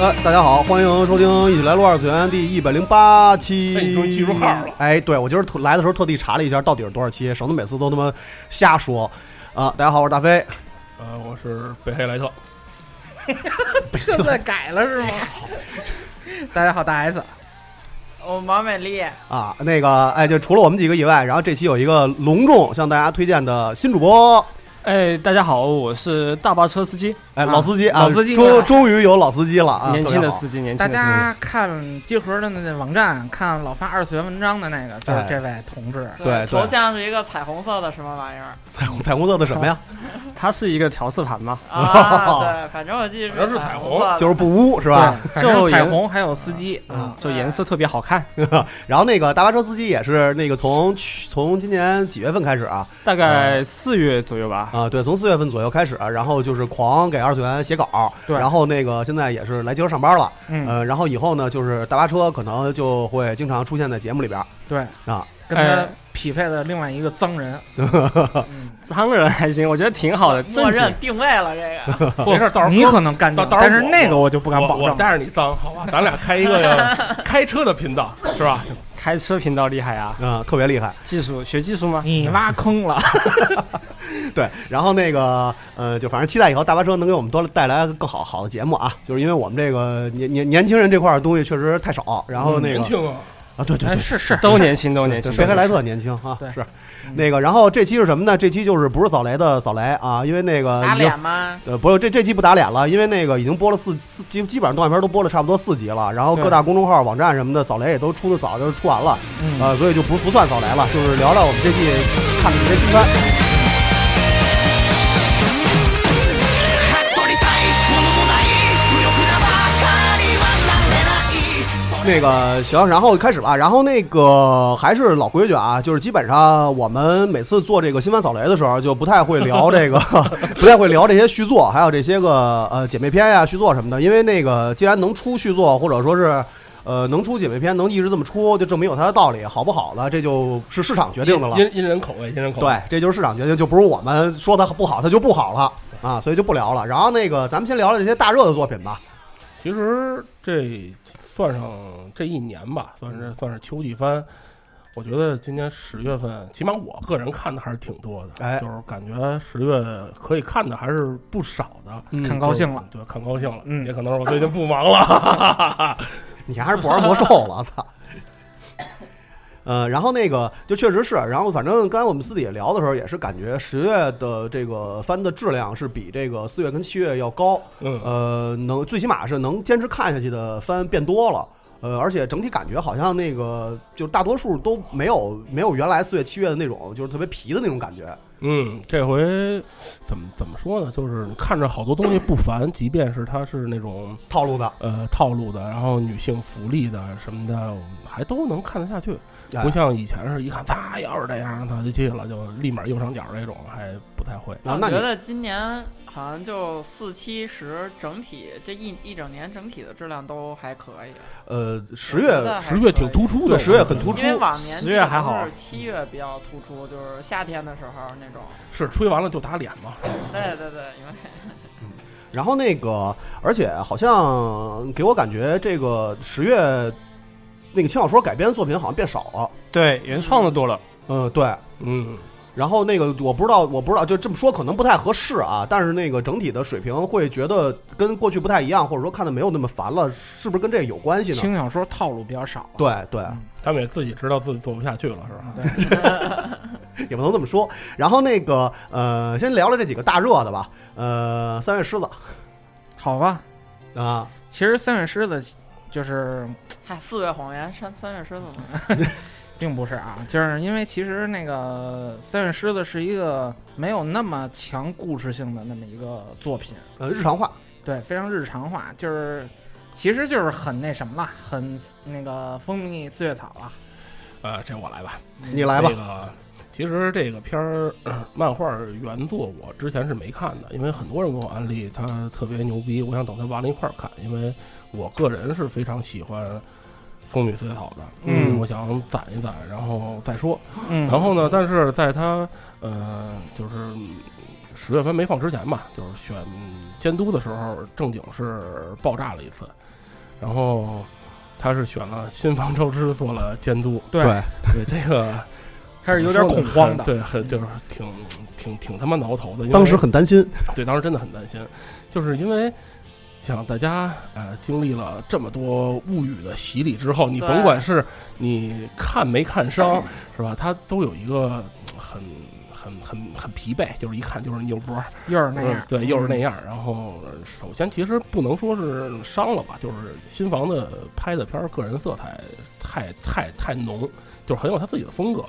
哎，大家好，欢迎收听《一起来撸二次元》第一百零八期。哎你终于记住号了哎，对，我今儿特来的时候特地查了一下，到底是多少期，省得每次都他妈瞎说。啊、大家好，我是大飞。呃，我是北黑莱特。 现在改了 是吗？大家好，大 S。我哦王美丽，啊，那个，哎，就除了我们几个以外，然后这期有一个隆重向大家推荐的新主播。哎，大家好，我是大巴车司机。哎，老司机啊，老司机，终终于有老司机了啊！年轻特的别好司机年大轻的司机家看集合的那那网站，看老发二次元文章的那个，就是哎这位同志。对头像是一个彩虹色的什么玩意儿彩彩虹色的什么呀？它是一个调色盘嘛，啊？对，反正我记得是彩虹色的，就是不污是吧？对就反正彩颜虹还有司机啊，就颜色特别好看，然后那个大巴车司机也是那个从去从今年几月份开始啊？大概四月左右吧。啊，对，从四月份左右开始，然后就是狂给二次元写稿，对然后那个现在也是来集合上班了，嗯呃，然后以后呢，就是大巴车可能就会经常出现在节目里边儿对，啊，跟他匹配的另外一个脏人，脏人还行，我觉得挺好的，默正经认。定位了这个。没事，到时候你可能干到掉，到时候但是那个我就不敢我保我证。带着你脏，好吧？咱俩开一个开车的频道是吧？开车频道厉害啊，嗯、特别厉害， 技术学技术吗？你挖坑了，对，然后那个呃，就反正期待以后大巴车能给我们多带来更好好的节目啊，就是因为我们这个年年年轻人这块儿东西确实太少，嗯然哦后那个、年轻啊，啊，对对哎对，是是 都年轻，都年对，轻。别开莱都特年年轻啊对，是嗯那个。然后这期是什么呢？这期就是不是扫雷的扫雷啊，因为那个打已经脸吗？呃，不是这这期不打脸了，因为那个已经播了四四基基本上动画片都播了差不多四集了，然后各对大公众号、网站什么的扫雷也都出的早，就是出完了，嗯呃，所以就不不算扫雷了，就是聊聊我们这季看的这些新番。那个行，然后开始吧。然后那个还是老规矩啊，就是基本上我们每次做这个新番扫雷的时候，就不太会聊这个， 不太会聊这些续作，还有这些个呃姐妹篇呀、续作什么的。因为那个既然能出续作，或者说是呃能出姐妹篇，能一直这么出，就证明有它的道理。好不好了，这就是市场决定的了。因因人口味，因人口味。对，这就是市场决定，就不是我们说它不好，它就不好了啊，所以就不聊了。然后那个，咱们先聊聊这些大热的作品吧。其实这算上这一年吧，算嗯是算是秋季番。我觉得今年十月份，起码我个人看的还是挺多的，哎就是感觉十月可以看的还是不少的。嗯轻看高兴了。对，看高兴了，嗯也可能是我最近不 忙了。你还是不玩魔兽了，操！呃，然后那个就确实是，然后反正刚才我们私底下聊的时候，也是感觉十月的这个番的质量是比这个四月跟七月要高，嗯，呃，能最起码是能坚持看下去的番变多了，呃，而且整体感觉好像那个就大多数都没有没有原来四月七月的那种就是特别皮的那种感觉，嗯，这回怎么怎么说呢？就是看着好多东西不烦，即便是它是那种套路的，呃套路的，然后女性福利的什么的，我们还都能看得下去。哎不像以前是一看，他要是这样，他就去了，就立马右上角这种，还不太会。啊，我那觉你得今年好像就四七十，整体这一一整年整体的质量都还可以。呃十我觉得月还十月挺突出对的，十月很突出因为往年十月还好基本都是七月比较突出，就是夏天的时候那种。是吹完了就打脸嘛。对对对，因为然后那个，而且好像给我感觉这个十月那个轻小说改编的作品好像变少了。对，原创的多了。嗯，对，嗯，然后那个我不知道，我不知道，就这么说可能不太合适啊。但是那个整体的水平会觉得跟过去不太一样，或者说看的没有那么烦了，是不是跟这个有关系呢？轻小说套路比较少，对对， 他们也自己知道自己做不下去了，是吧？也不能这么说。然后那个呃，先聊聊这几个大热的吧。呃，三月狮子，好吧？啊，其实三月狮子就是嗨，四月谎言，三三月狮子嘛。并不是啊，就是因为其实那个《三月狮子》是一个没有那么强故事性的那么一个作品，呃，日常化，对，非常日常化，就是其实就是很那什么了，很那个蜂蜜四月草了。呃，这我来吧，你来吧这个其实这个片儿、呃漫画原作我之前是没看的，因为很多人给我安利它特别牛逼，我想等它完了一块儿看，因为我个人是非常喜欢《风雨四叶草》的，嗯我想攒一攒，然后再说，嗯然后呢，但是在它呃就是十月份没放之前吧，就是选监督的时候正经是爆炸了一次，然后他是选了新房周之做了监督，对对这个还是有点恐慌的对，很就是挺挺挺他妈挠头的，因为当时很担心，对，当时真的很担心，就是因为。像大家呃经历了这么多物语的洗礼之后，你对甭管是你看没看伤， 是吧？它都有一个嗯很很很很疲惫，就是一看就是牛脖儿，又是那样嗯对，又是那嗯样。然后，呃首先其实不能说是伤了吧，就是新房的拍的片儿个人色彩太太太浓，就是很有他自己的风格。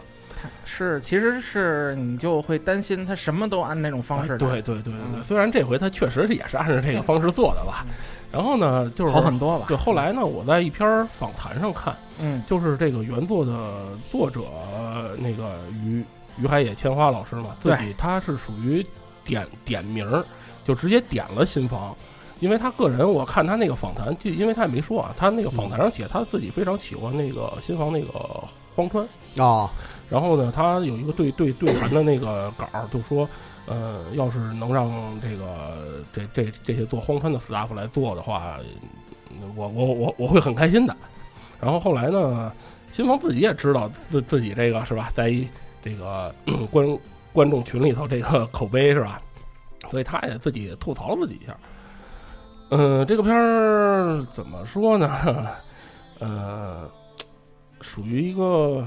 是，其实是你就会担心他什么都按那种方式嗯来、啊哎对对对对对，虽然这回他确实是也是按照这个方式做的吧，然后呢，就是嗯好很多吧啊对，后来呢，我在一篇访谈上看，嗯，就是这个原作的作者呃那个于于海野千花老师嘛，自对己他是属于点点名儿，就直接点了新房。因为他个人，我看他那个访谈，就因为他也没说啊，他那个访谈上写他自己非常喜欢那个新房那个荒川，啊，然后呢，他有一个对对对谈的那个稿儿，就说，呃，要是能让这个这这这些做荒川的 staff 来做的话，嗯我我我我会很开心的。然后后来呢，新房自己也知道自自己这个是吧，在一这个 嗯观观众群里头这个口碑是吧，所以他也自己吐槽了自己一下。嗯、这个片儿怎么说呢？呃，属于一个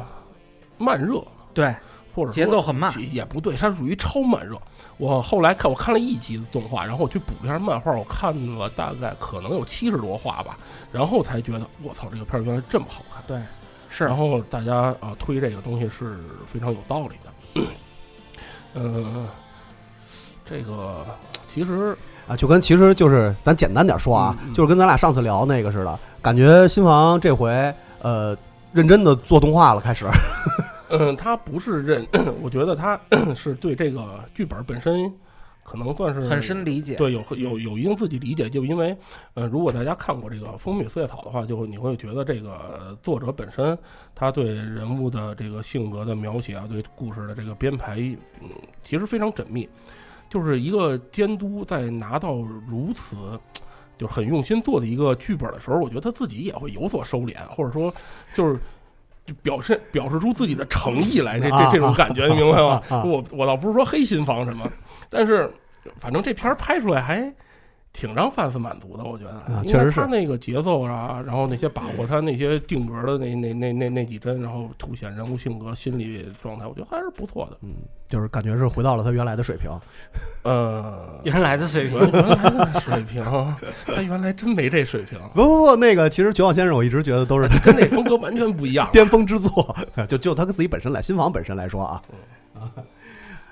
慢热，对，或者说节奏很慢也也不对，它属于超慢热。我后来看，我看了一集的动画，然后我去补了一下漫画，我看了大概可能有七十多话吧，然后才觉得我操，这个片儿原来这么好看。对，是。然后大家啊、推这个东西是非常有道理的。呃，这个其实啊，就跟其实就是咱简单点说啊，就是跟咱俩上次聊那个似的，感觉新房这回呃认真的做动画了，开始嗯，他不是认， 我觉得他是对这个剧本本身可能算是很深理解对，有有有一定自己理解，就因为呃，如果大家看过这个《风雨四叶草》的话，就你会觉得这个呃作者本身他对人物的这个性格的描写啊，对故事的这个编排，嗯，其实非常缜密。就是一个监督在拿到如此就是很用心做的一个剧本的时候，我觉得他自己也会有所收敛，或者说就是。就表现表示出自己的诚意来，这这这种感觉，啊你明白吗？啊啊我我倒不是说黑心房什么，但是反正这片儿拍出来还挺让 fans 满足的，我觉得，因啊确为实是他那个节奏啊，然后那些把握他那些定格的那那那那那几帧，然后凸显人物性格、心理状态，我觉得还是不错的。嗯，就是感觉是回到了他原来的水平。呃，原来的水 平原原来的水平，他原来真没这水平，不不不，那个其实绝望先生，我一直觉得都 是跟那风格完全不一样。巅峰之作，就就他自己本身来，新房本身来说啊，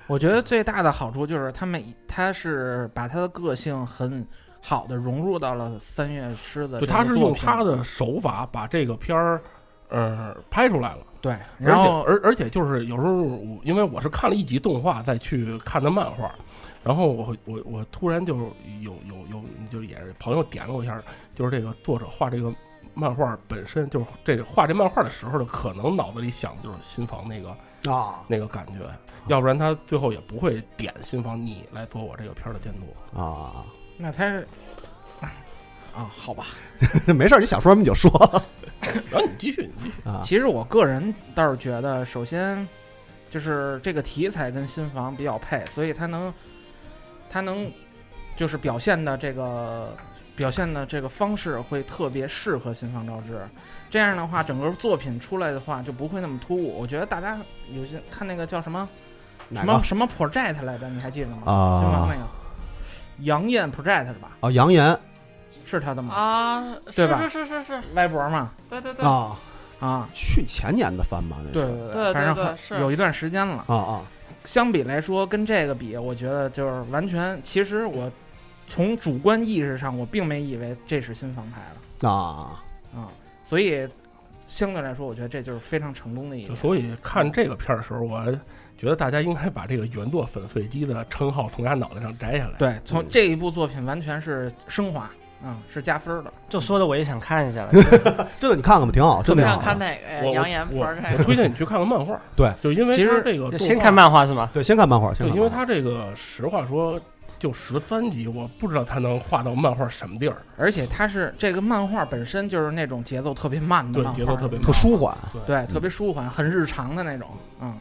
我觉得最大的好处就是他每他是把他的个性很好的融入到了三月狮子这对，个他是作用品他的手法把这个片儿，呃，拍出来了。对，而然且后而而且就是有时候我因为我是看了一集动画再去看的漫画，然后我我我突然就有有有就是也是朋友点了我一下，就是这个作者画这个漫画本身就是这个画这漫画的时候的，可能脑子里想的就是新房那个啊那个感觉，要不然他最后也不会点新房你来做我这个片儿的监 督。啊， 那他是啊，好吧，没事儿，你想说什么你就说然后你继续，你继续啊。其实我个人倒是觉得，首先就是这个题材跟新房比较配，所以它能，它嗯能，就是表现的这个表现的这个方式会特别适合新房昭之。这样的话，整个作品出来的话就不会那么突兀。我觉得大家有些看那个叫什么哪什个么什么 project 来着，你还记得吗？啊新房那个杨艳 project 是吧？啊，扬言是他的吗？啊，对是吧是是是是，歪脖嘛，对对对，啊啊，去前年的番吧，那对是对对反正对对很是有一段时间了。啊啊，相比来说，跟这个比，我觉得就是完全。其实我从主观意识上，我并没以为这是新房牌了啊，啊，所以相对来说，我觉得这就是非常成功的一点。所以看这个片儿的时候，我觉得大家应该把这个原作粉碎机的称号从他脑袋上摘下来。对，从这一部作品完全是升华，嗯，是加分的。就说的我也想看一下了。这个你看看吧，挺好，真挺好。哪个呀哎我我扬言我 project 我推荐你去看看漫画。对，就因为其实它这个先看漫画是吗？对，先看漫画，先对，看因为漫它这个实话说就十三集，我不知道它能画到漫画什么地儿。而且它是这个漫画本身就是那种节奏特别慢的对漫画，节奏特别慢嗯特舒缓对，特别舒缓，很日常的那种，嗯。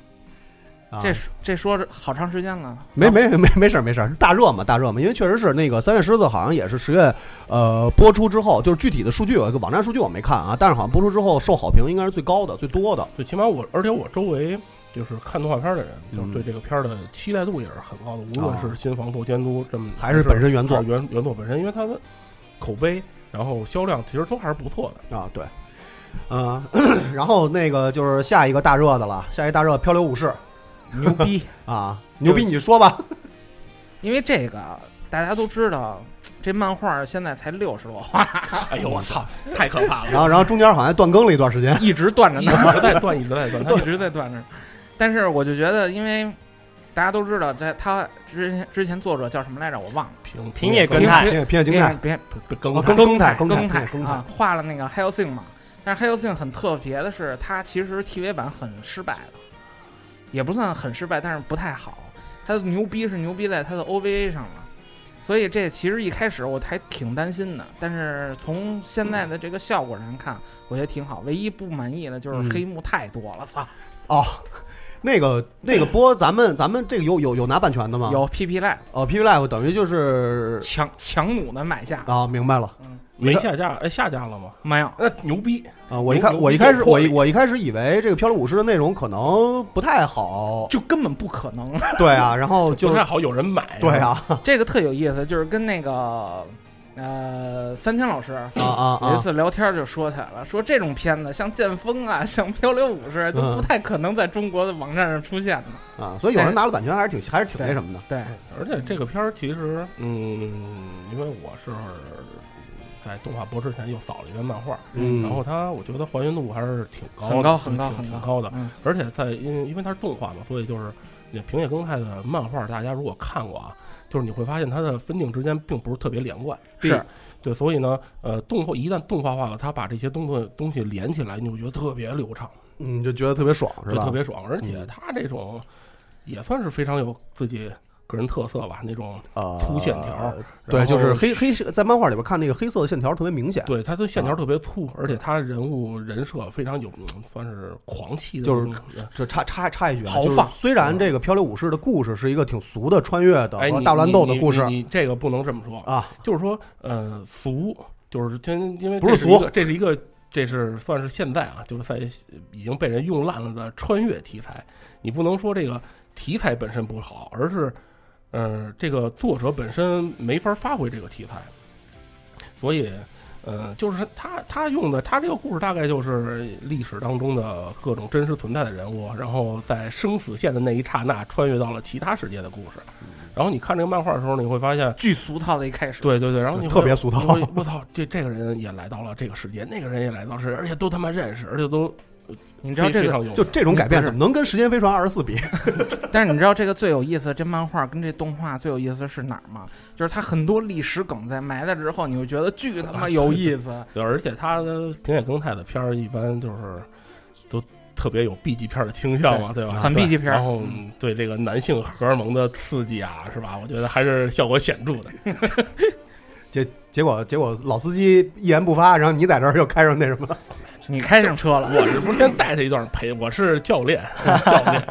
啊这说这说着好长时间了，没没没没事儿没事儿，大热嘛大热嘛，因为确实是那个三月十四好像也是十月，呃播出之后，就是具体的数据有一个网站数据我没看啊，但是好像播出之后受好评应该是最高的最多的。最起码我，而且我周围就是看动画片的人，嗯哦就是对这个片儿的期待度也是很高的。无论是新房做监督这么，还是本身原作还是原原作本身，因为它的口碑，然后销量其实都还是不错的。啊，对，嗯、 然后那个就是下一个大热的了，下一个大热《漂流武士》牛 逼啊，牛逼你说吧，因为这个大家都知道，这漫画现在才六十多话，哎呦我操，太可怕了！然后然后中间好像断更了一段时 间，一直断着呢，一 直在断，一直在断，它一直在断着。但是我就觉得，因为大家都知道，在他之前之前作者叫什么来着，我忘了。平平野跟耕太平野平野京太别不更啊更更太更更太太对更太啊，画了那个 Hell Thing 嘛。但是 Hell Thing 很特别的是，它其实 TV 版很失败了，也不算很失败，但是不太好。它的牛逼是牛逼在它的 OVA 上了，所以这其实一开始我还挺担心的。但是从现在的这个效果上看，我觉得挺好。唯一不满意的就是嗯黑幕太多了，操、哦，那个那个播咱们咱们这个有有有拿版权的吗？有 PP Live 哦，PV Live 等于就是强强弩的买下，啊，明白了。没下架，哎，下架了吗？没有，那牛逼！啊，我一牛开牛我一逼开有始魄我一力我一开始以为这个《漂流武士》的内容可能不太好，就根本不可能。对啊，然后就不是太好，有人买。对，啊 这个特有意思，就是跟那个呃三千老师啊啊有一啊，次聊天就说起来了，说这种片子像《剑锋》啊，像《漂流武士》都不太可能在中国的网站上出现的。啊，所以有人拿了版权还是挺还是挺那对什么的，对，而且这个片儿其实，嗯，因为我是在动画播之前又扫了一遍漫画，嗯然后它我觉得还原度还是挺高的，很高很挺高挺很挺高高的。嗯而且在因因为它是动画嘛，所以就是那平野耕太的漫画，大家如果看过啊，就是你会发现它的分镜之间并不是特别连贯，是对，所以呢，呃，动画一旦动画化了，它把这些东西东西连起来，你会觉得特别流畅，嗯，就觉得特别爽是就吧？特别爽。而且嗯它这种也算是非常有自己个人特色吧，那种呃粗线条，对，然就是后黑黑嗯在漫画里边看那个黑色的线条特别明显，对，他的线条特别粗，而且他人物人设非常有，嗯算是狂气的那就种是人，这插插插一句啊，豪就是放嗯虽然这个《漂流武士》的故事是一个挺俗的穿越的哎，和你大乱斗的你故事你你这个不能这么说，啊，就是说，呃，俗，就是先因为不这是一俗个，这是一个，这是算是现在啊，就是在已经被人用烂了的穿越题材，你不能说这个题材本身不好，而是，呃，这个作者本身没法发挥这个题材，所以。呃，就是他他用的，他这个故事大概就是历史当中的各种真实存在的人物，然后在生死线的那一刹那穿越到了其他世界的故事。嗯然后你看这个漫画的时候，你会发现，巨俗套的一开始，对对对，然后你对会特别俗套你会我操，这这个人也来到了这个世界，那个人也来到世界，而且都他妈认识，而且都你知道这非个，常有就这种改变不是怎么能跟《时间飞船二十四》比？ 但是你知道这个最有意思，这漫画跟这动画最有意思是哪儿吗？就是它很多历史梗在埋在之后，你会觉得巨他妈有意思。对，而且他的平野耕太的片儿一般就是都特别有 B 级片儿的倾向嘛，对吧？很 B 级片儿然后嗯对这个男性荷尔蒙的刺激啊，是吧？我觉得还是效果显著的。结结果结果老司机一言不发，然后你在这儿又开始那什么了 你开上车了，我是不是先带他一段陪？我是教练，教练，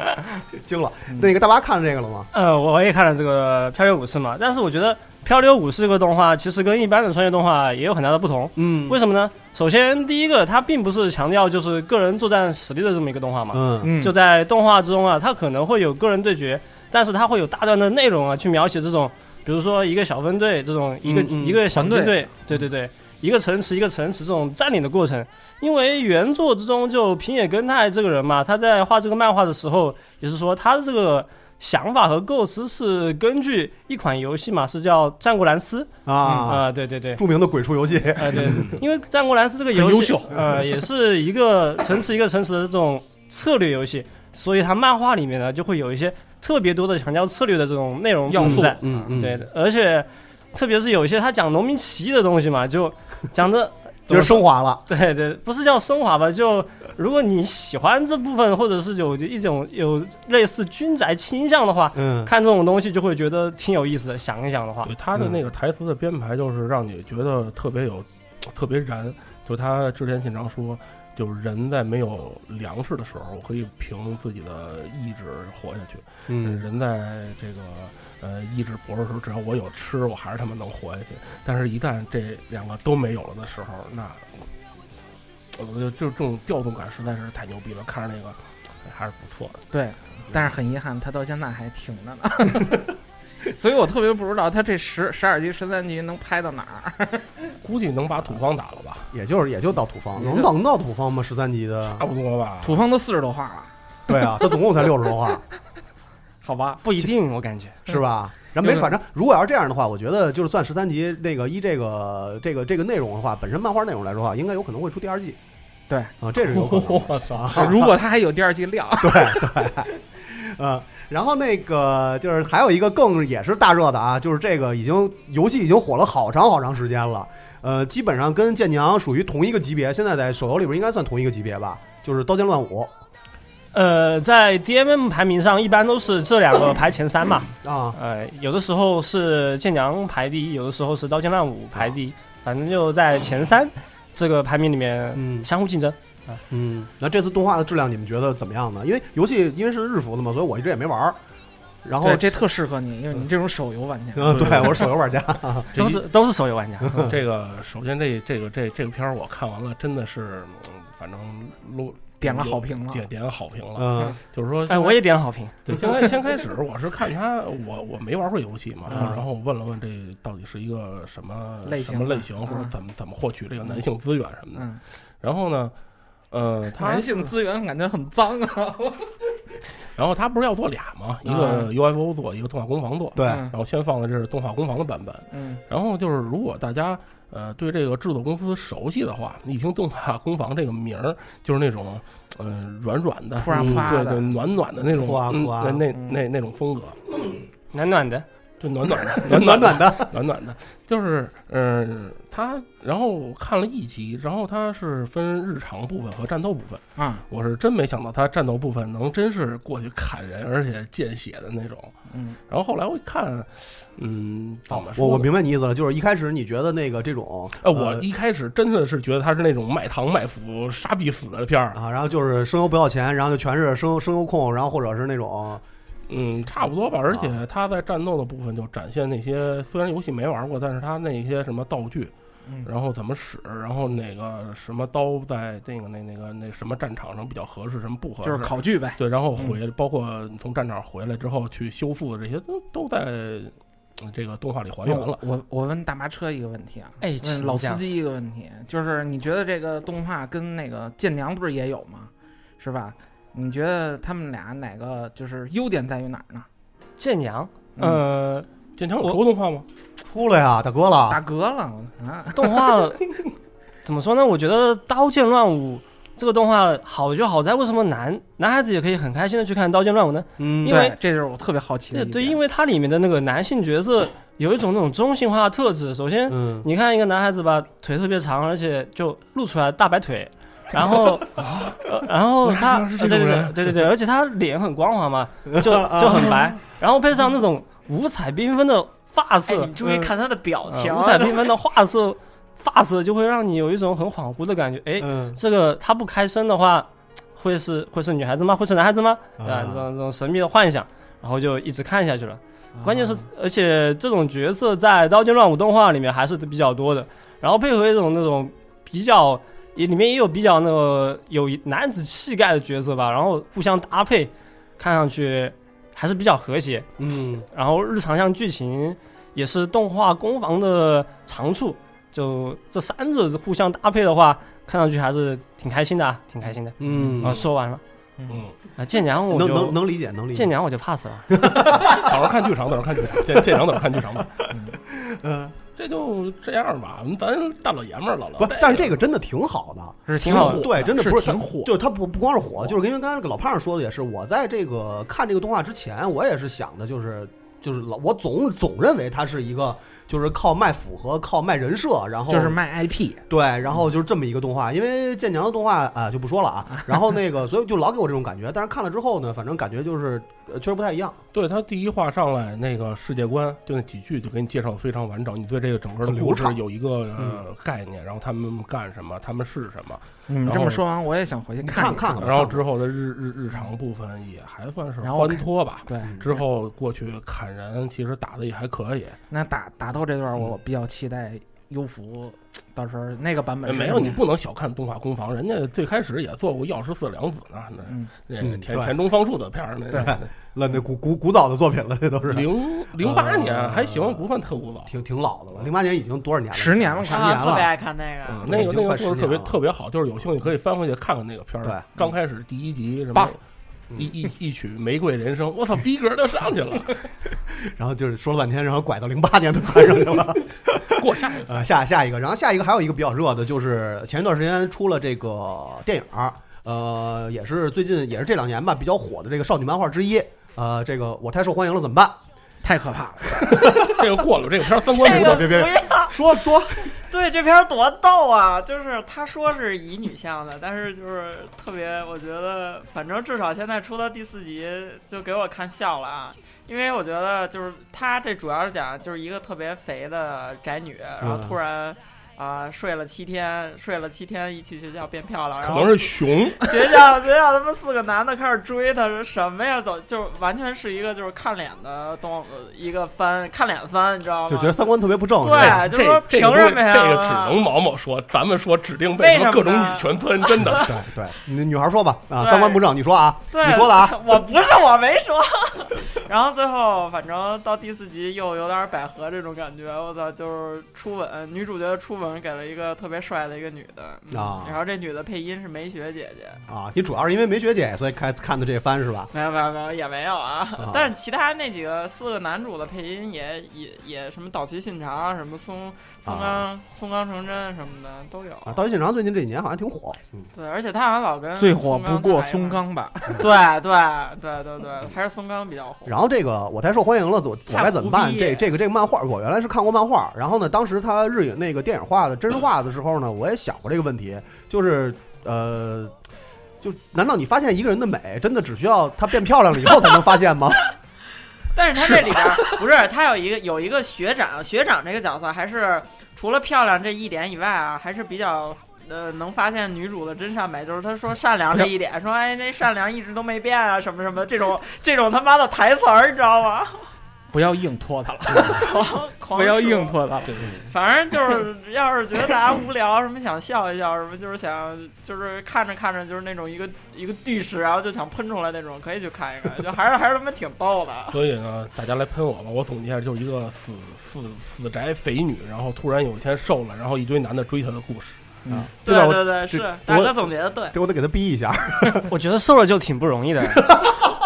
惊了。嗯那个大巴看了这个了吗？呃，我也看了这个《漂流武士》嘛，但是我觉得《漂流武士》这个动画其实跟一般的穿越动画也有很大的不同。嗯为什么呢？首先，第一个，它并不是强调就是个人作战实力的这么一个动画嘛。嗯就在动画之中啊，它可能会有个人对决，但是它会有大段的内容啊，去描写这种，比如说一个小分队这种一个、嗯嗯一个小军团队，对对对，一个城池一个城池这种占领的过程。因为原作之中就平野耕太这个人嘛，他在画这个漫画的时候，也是说他的这个想法和构思是根据一款游戏嘛，是叫《战国蓝斯》嗯啊，啊、对对对，著名的鬼畜游戏。啊，对，因为《战国蓝斯》这个嗯游戏，很优秀呃，也是一个层次一个层次的这种策略游戏，所以它漫画里面呢就会有一些特别多的强调策略的这种内容要存素在，嗯嗯，对，的，而且特别是有一些他讲农民起义的东西嘛，就讲的就是升华了。 对对，不是叫升华吧？就如果你喜欢这部分，或者是有一种有类似军宅倾向的话，嗯，看这种东西就会觉得挺有意思的。想一想的啊话，对他的嗯那个台词的编排，就是让你觉得特别有，特别燃。就他之前经常说，就是人在没有粮食的时候，可以凭自己的意志活下去；嗯人在这个呃意志薄弱的时候，只要我有吃，我还是他妈能活下去。但是，一旦这两个都没有了的时候，那呃我觉得就这种调动感实在是太牛逼了。看着那个哎还是不错的。对，但是很遗憾，他到现在还停着呢。 所以我特别不知道他这十十二集、十三集能拍到哪儿。估计能把土方打了吧？也就是也就到土方，也就能等到土方吗？十三级 的差，不多吧。 嗯土方都四十多画了，对啊，他总共才六十多话，好吧？不一定，我感觉。是吧？然后没，反正如果要是这样的话，我觉得就是算十三级那个依这个这个这个内容的话，本身漫画内容来说的话，应该有可能会出第二季。对啊，这是有可能 的。啊操！啊如果他还有第二季 料，呃，然后那个就是还有一个更也是大热的啊，就是这个已经游戏已经火了好长好长时间了，呃，基本上跟剑娘属于同一个级别，现在在手游里边应该算同一个级别吧，就是刀剑乱舞呃，在 DMM 排名上，一般都是这两 个排前三嘛。嗯啊，呃，有的时候是剑娘排第一，有的时候是刀剑乱舞排第一，反正就在前三这个排名里面嗯相互竞争。嗯，那这次动画的质量你们觉得怎么样呢？因为游戏因为是日服的嘛，所以我一直也没玩儿，然后对，这特适合你，因为你这种手游玩家。嗯，对我是手游玩家，嗯这都一是都是手游玩家， 这个首先这这个这这个片儿我看完了，真的是，嗯反正录点了好评了点点了好评了。嗯就是说，哎，我也点好评。对，先开先开始我是看他，我我没玩过游戏嘛，嗯然后我问了问这到底是一个什么类什型么的类型，或者嗯怎么怎么获取这个男性资源什么的。嗯，然后呢，呃，他男性资源感觉很脏啊。然后他不是要做俩嘛，一个 UFO 做，一个动画工坊做。对，嗯然后先放的这是动画工坊的版本，嗯，然后就是，如果大家呃对这个制作公司熟悉的话，你一听动画工坊这个名儿，就是那种呃软软的，嗯扑啊扑啊对的对，暖暖的那种，扑啊嗯扑啊那那嗯那那种风格，暖暖的，就暖暖的， 暖暖暖的，的，暖暖的，就是嗯、呃，他然后看了一集，然后他是分日常部分和战斗部分，啊，我是真没想到他战斗部分能真是过去砍人，而且见血的那种。嗯，然后后来我一看，嗯，怎么说哦我呢我明白你意思了，就是一开始你觉得那个这种，呃哎，我一开始真的是觉得他是那种卖糖卖腐杀必死的片儿，啊，然后就是声优不要钱，然后就全是声优声优控，然后或者是那种嗯，差不多吧。而且他在战斗的部分就展现那些，虽然游戏没玩过，但是他那些什么道具嗯，然后怎么使，然后哪个什么刀在那个那那个那什么战场上比较合适，什么不合适，就是考据呗。对，然后回来，包括从战场回来之后去修复的这些，都都在嗯这个动画里还原了。我我问大巴车一个问题啊，哎问请老讲司机一个问题，就是你觉得这个动画跟那个《剑娘》不是也有吗？是吧？你觉得他们俩哪个就是优点在于哪儿呢？剑娘。嗯，呃，剑桥有说过动画吗？出来啊呀，大哥了打，嗝了，我啊，动画怎么说呢？我觉得《刀剑乱舞》这个动画好就好在为什么男男孩子也可以很开心的去看《刀剑乱舞》呢？嗯因为对这是我特别好奇的对一点。对，因为它里面的那个男性角 色有一种那种中性化的特质。首先，嗯，你看一个男孩子吧，腿特别长，而且就露出来大白 腿，然后，呃然后他，啊我也知道是这对对种对人对对对，而且他脸很光滑 嘛，就就很白，然后配上那种五彩缤纷的发哎，你色们，注意看他的表呃 情，五彩缤纷的发色发色就会让你有一种很恍惚的感觉。哎，嗯嗯这个他不开声的话，会是会是女孩子吗？会是男孩子吗？嗯啊啊，这种这种神秘的幻想，然后就一直看下去了。啊关键是，而且这种角色在《刀剑乱舞》动画里面还是比较多的，然后配合一种那种比较，也里面也有比较那个有男子气概的角色吧，然后互相搭配，看上去还是比较和谐。嗯，然后日常向剧情也是动画攻防的长处，就这三者互相搭配的话，看上去还是挺开心的，啊，挺开心的。嗯啊，说完了。嗯啊，舰娘我就能能能理解能理解舰娘我就 pass 了。等会儿看剧场，等会儿看剧场，这这两等会儿看剧场吧。嗯，这就这样吧，咱大老爷们儿了了。不是，但是这个真的挺好的，是挺好的对，真的是不是挺火就是它不不光是火，就是因为刚才那个老胖说的也是，我在这个看这个动画之前，我也是想的，就是就是老我总总认为它是一个就是靠卖符和靠卖人设，然后就是卖 IP。对，然后就是这么一个动画，因为剑娘的动画啊、就不说了啊，然后那个所以就老给我这种感觉，但是看了之后呢，反正感觉就是呃确实不太一样，对他第一话上来那个世界观，就那几句就给你介绍的非常完整，你对这个整个的很流故事畅嗯有一个呃概念，然后他们干什么，他们是什么。你们然这么后说完，我也想回去一看然后之后的日日日常部分也还算是然后欢脱吧。对，嗯之后过去砍人，其实打的也还可以。那打打斗这段，我比较期待优服，到时候那个版本是没什有，么你样不能小看动画攻防，人家最开始也做过《药师四良子》呢，那那嗯田对田中芳树的片儿，那对那，那那古古古早的作品了，这 都是零零八年呃还行，不算特古早，挺挺老的了，零八年已经多少年了？十年了十快年 啊，了，特别爱看那嗯个，那啊已个经那个快做十的特别年了特别好，就是有兴趣可以翻回去看看那个片儿。对，嗯刚开始第一集什么棒一一一曲《玫瑰人生》，我操，逼格就上去了。然后就是说了半天，然后拐到零八年的翻上去了。过下一 个呃，下下一个，然后下一个还有一个比较热的，就是前一段时间出了这个电影儿，呃，也是最近也是这两年吧比较火的这个少女漫画之一。呃，这个我太受欢迎了怎么办？太可怕了！这个过了，这个片儿三观这不个到不别别，要。 说说，对，这片儿多逗啊！就是他说是乙女向的，但是就是特别，我觉得反正至少现在出到第四集就给我看笑了啊！因为我觉得就是他这主要是讲就是一个特别肥的宅女，然后突然啊、睡了七天，睡了七天一去学校变漂亮，可然能后是熊。学校学校他们四个男的开始追她，说什么呀？走，就完全是一个就是看脸的动呃一个番，看脸番，你知道吗？就觉得三观特别不正。是吧对，就这说这凭个东什西，么呀？这个只能毛毛说，咱们说指定被为什么他妈各种呢女权喷，真的。对对，女女孩说吧啊，对三观不正，你说啊，对你说的啊，， 我不是我没说。 然后最后，反正到第四集又有点百合这种感觉，我操，就是初吻，女主角的初吻给了一个特别帅的一个女的，嗯啊然后这女的配音是梅雪姐姐，啊，你主要是因为没学姐，所以开看的这番是吧？没有没有没有也没有啊，啊 但是其他那几个四个男主的配音也也也什么岛崎信长，什么松松冈、松冈成真什么的都有，啊，刀剑现场最近这几年好像挺火，嗯，对，而且他好像老跟最火松冈不过在一块儿松，冈吧？ 对对对对对，还是松冈比较火。然后这个我太受欢迎了，我我该怎么太办？胡逼这这个这个漫画，我原来是看过漫画，然后呢，当时他日影那个电影化的真人化的时候呢，我也想过这个问题，就是呃，就难道你发现一个人的美，真的只需要她变漂亮了以后才能发现吗？ 但是他这里边儿不是他有一个有一个学长，学长这个角色还是除了漂亮这一点以外啊，还是比较呃能发现女主的真善美，就是他说善良这一点，说哎那善良一直都没变啊什么什么这种这种他妈的台词儿，你知道吗？ 不要硬拖他了，狂狂不要说硬，拖他了。反正就是要是觉得大家无聊什么想笑一笑什么，就是想就是看着看着就是那种一个一个句式，然后就想喷出来那种，可以去看一看，就还是还是他妈挺逗的。所以呢，大家来喷我吧。我总结一下，就是一个死死死宅肥女，然后突然有一天瘦了，然后一堆男的追她的故事。嗯，这对段我对对，这是我大哥总结的对。这我得给他逼一下。我觉得瘦了就挺不容易的，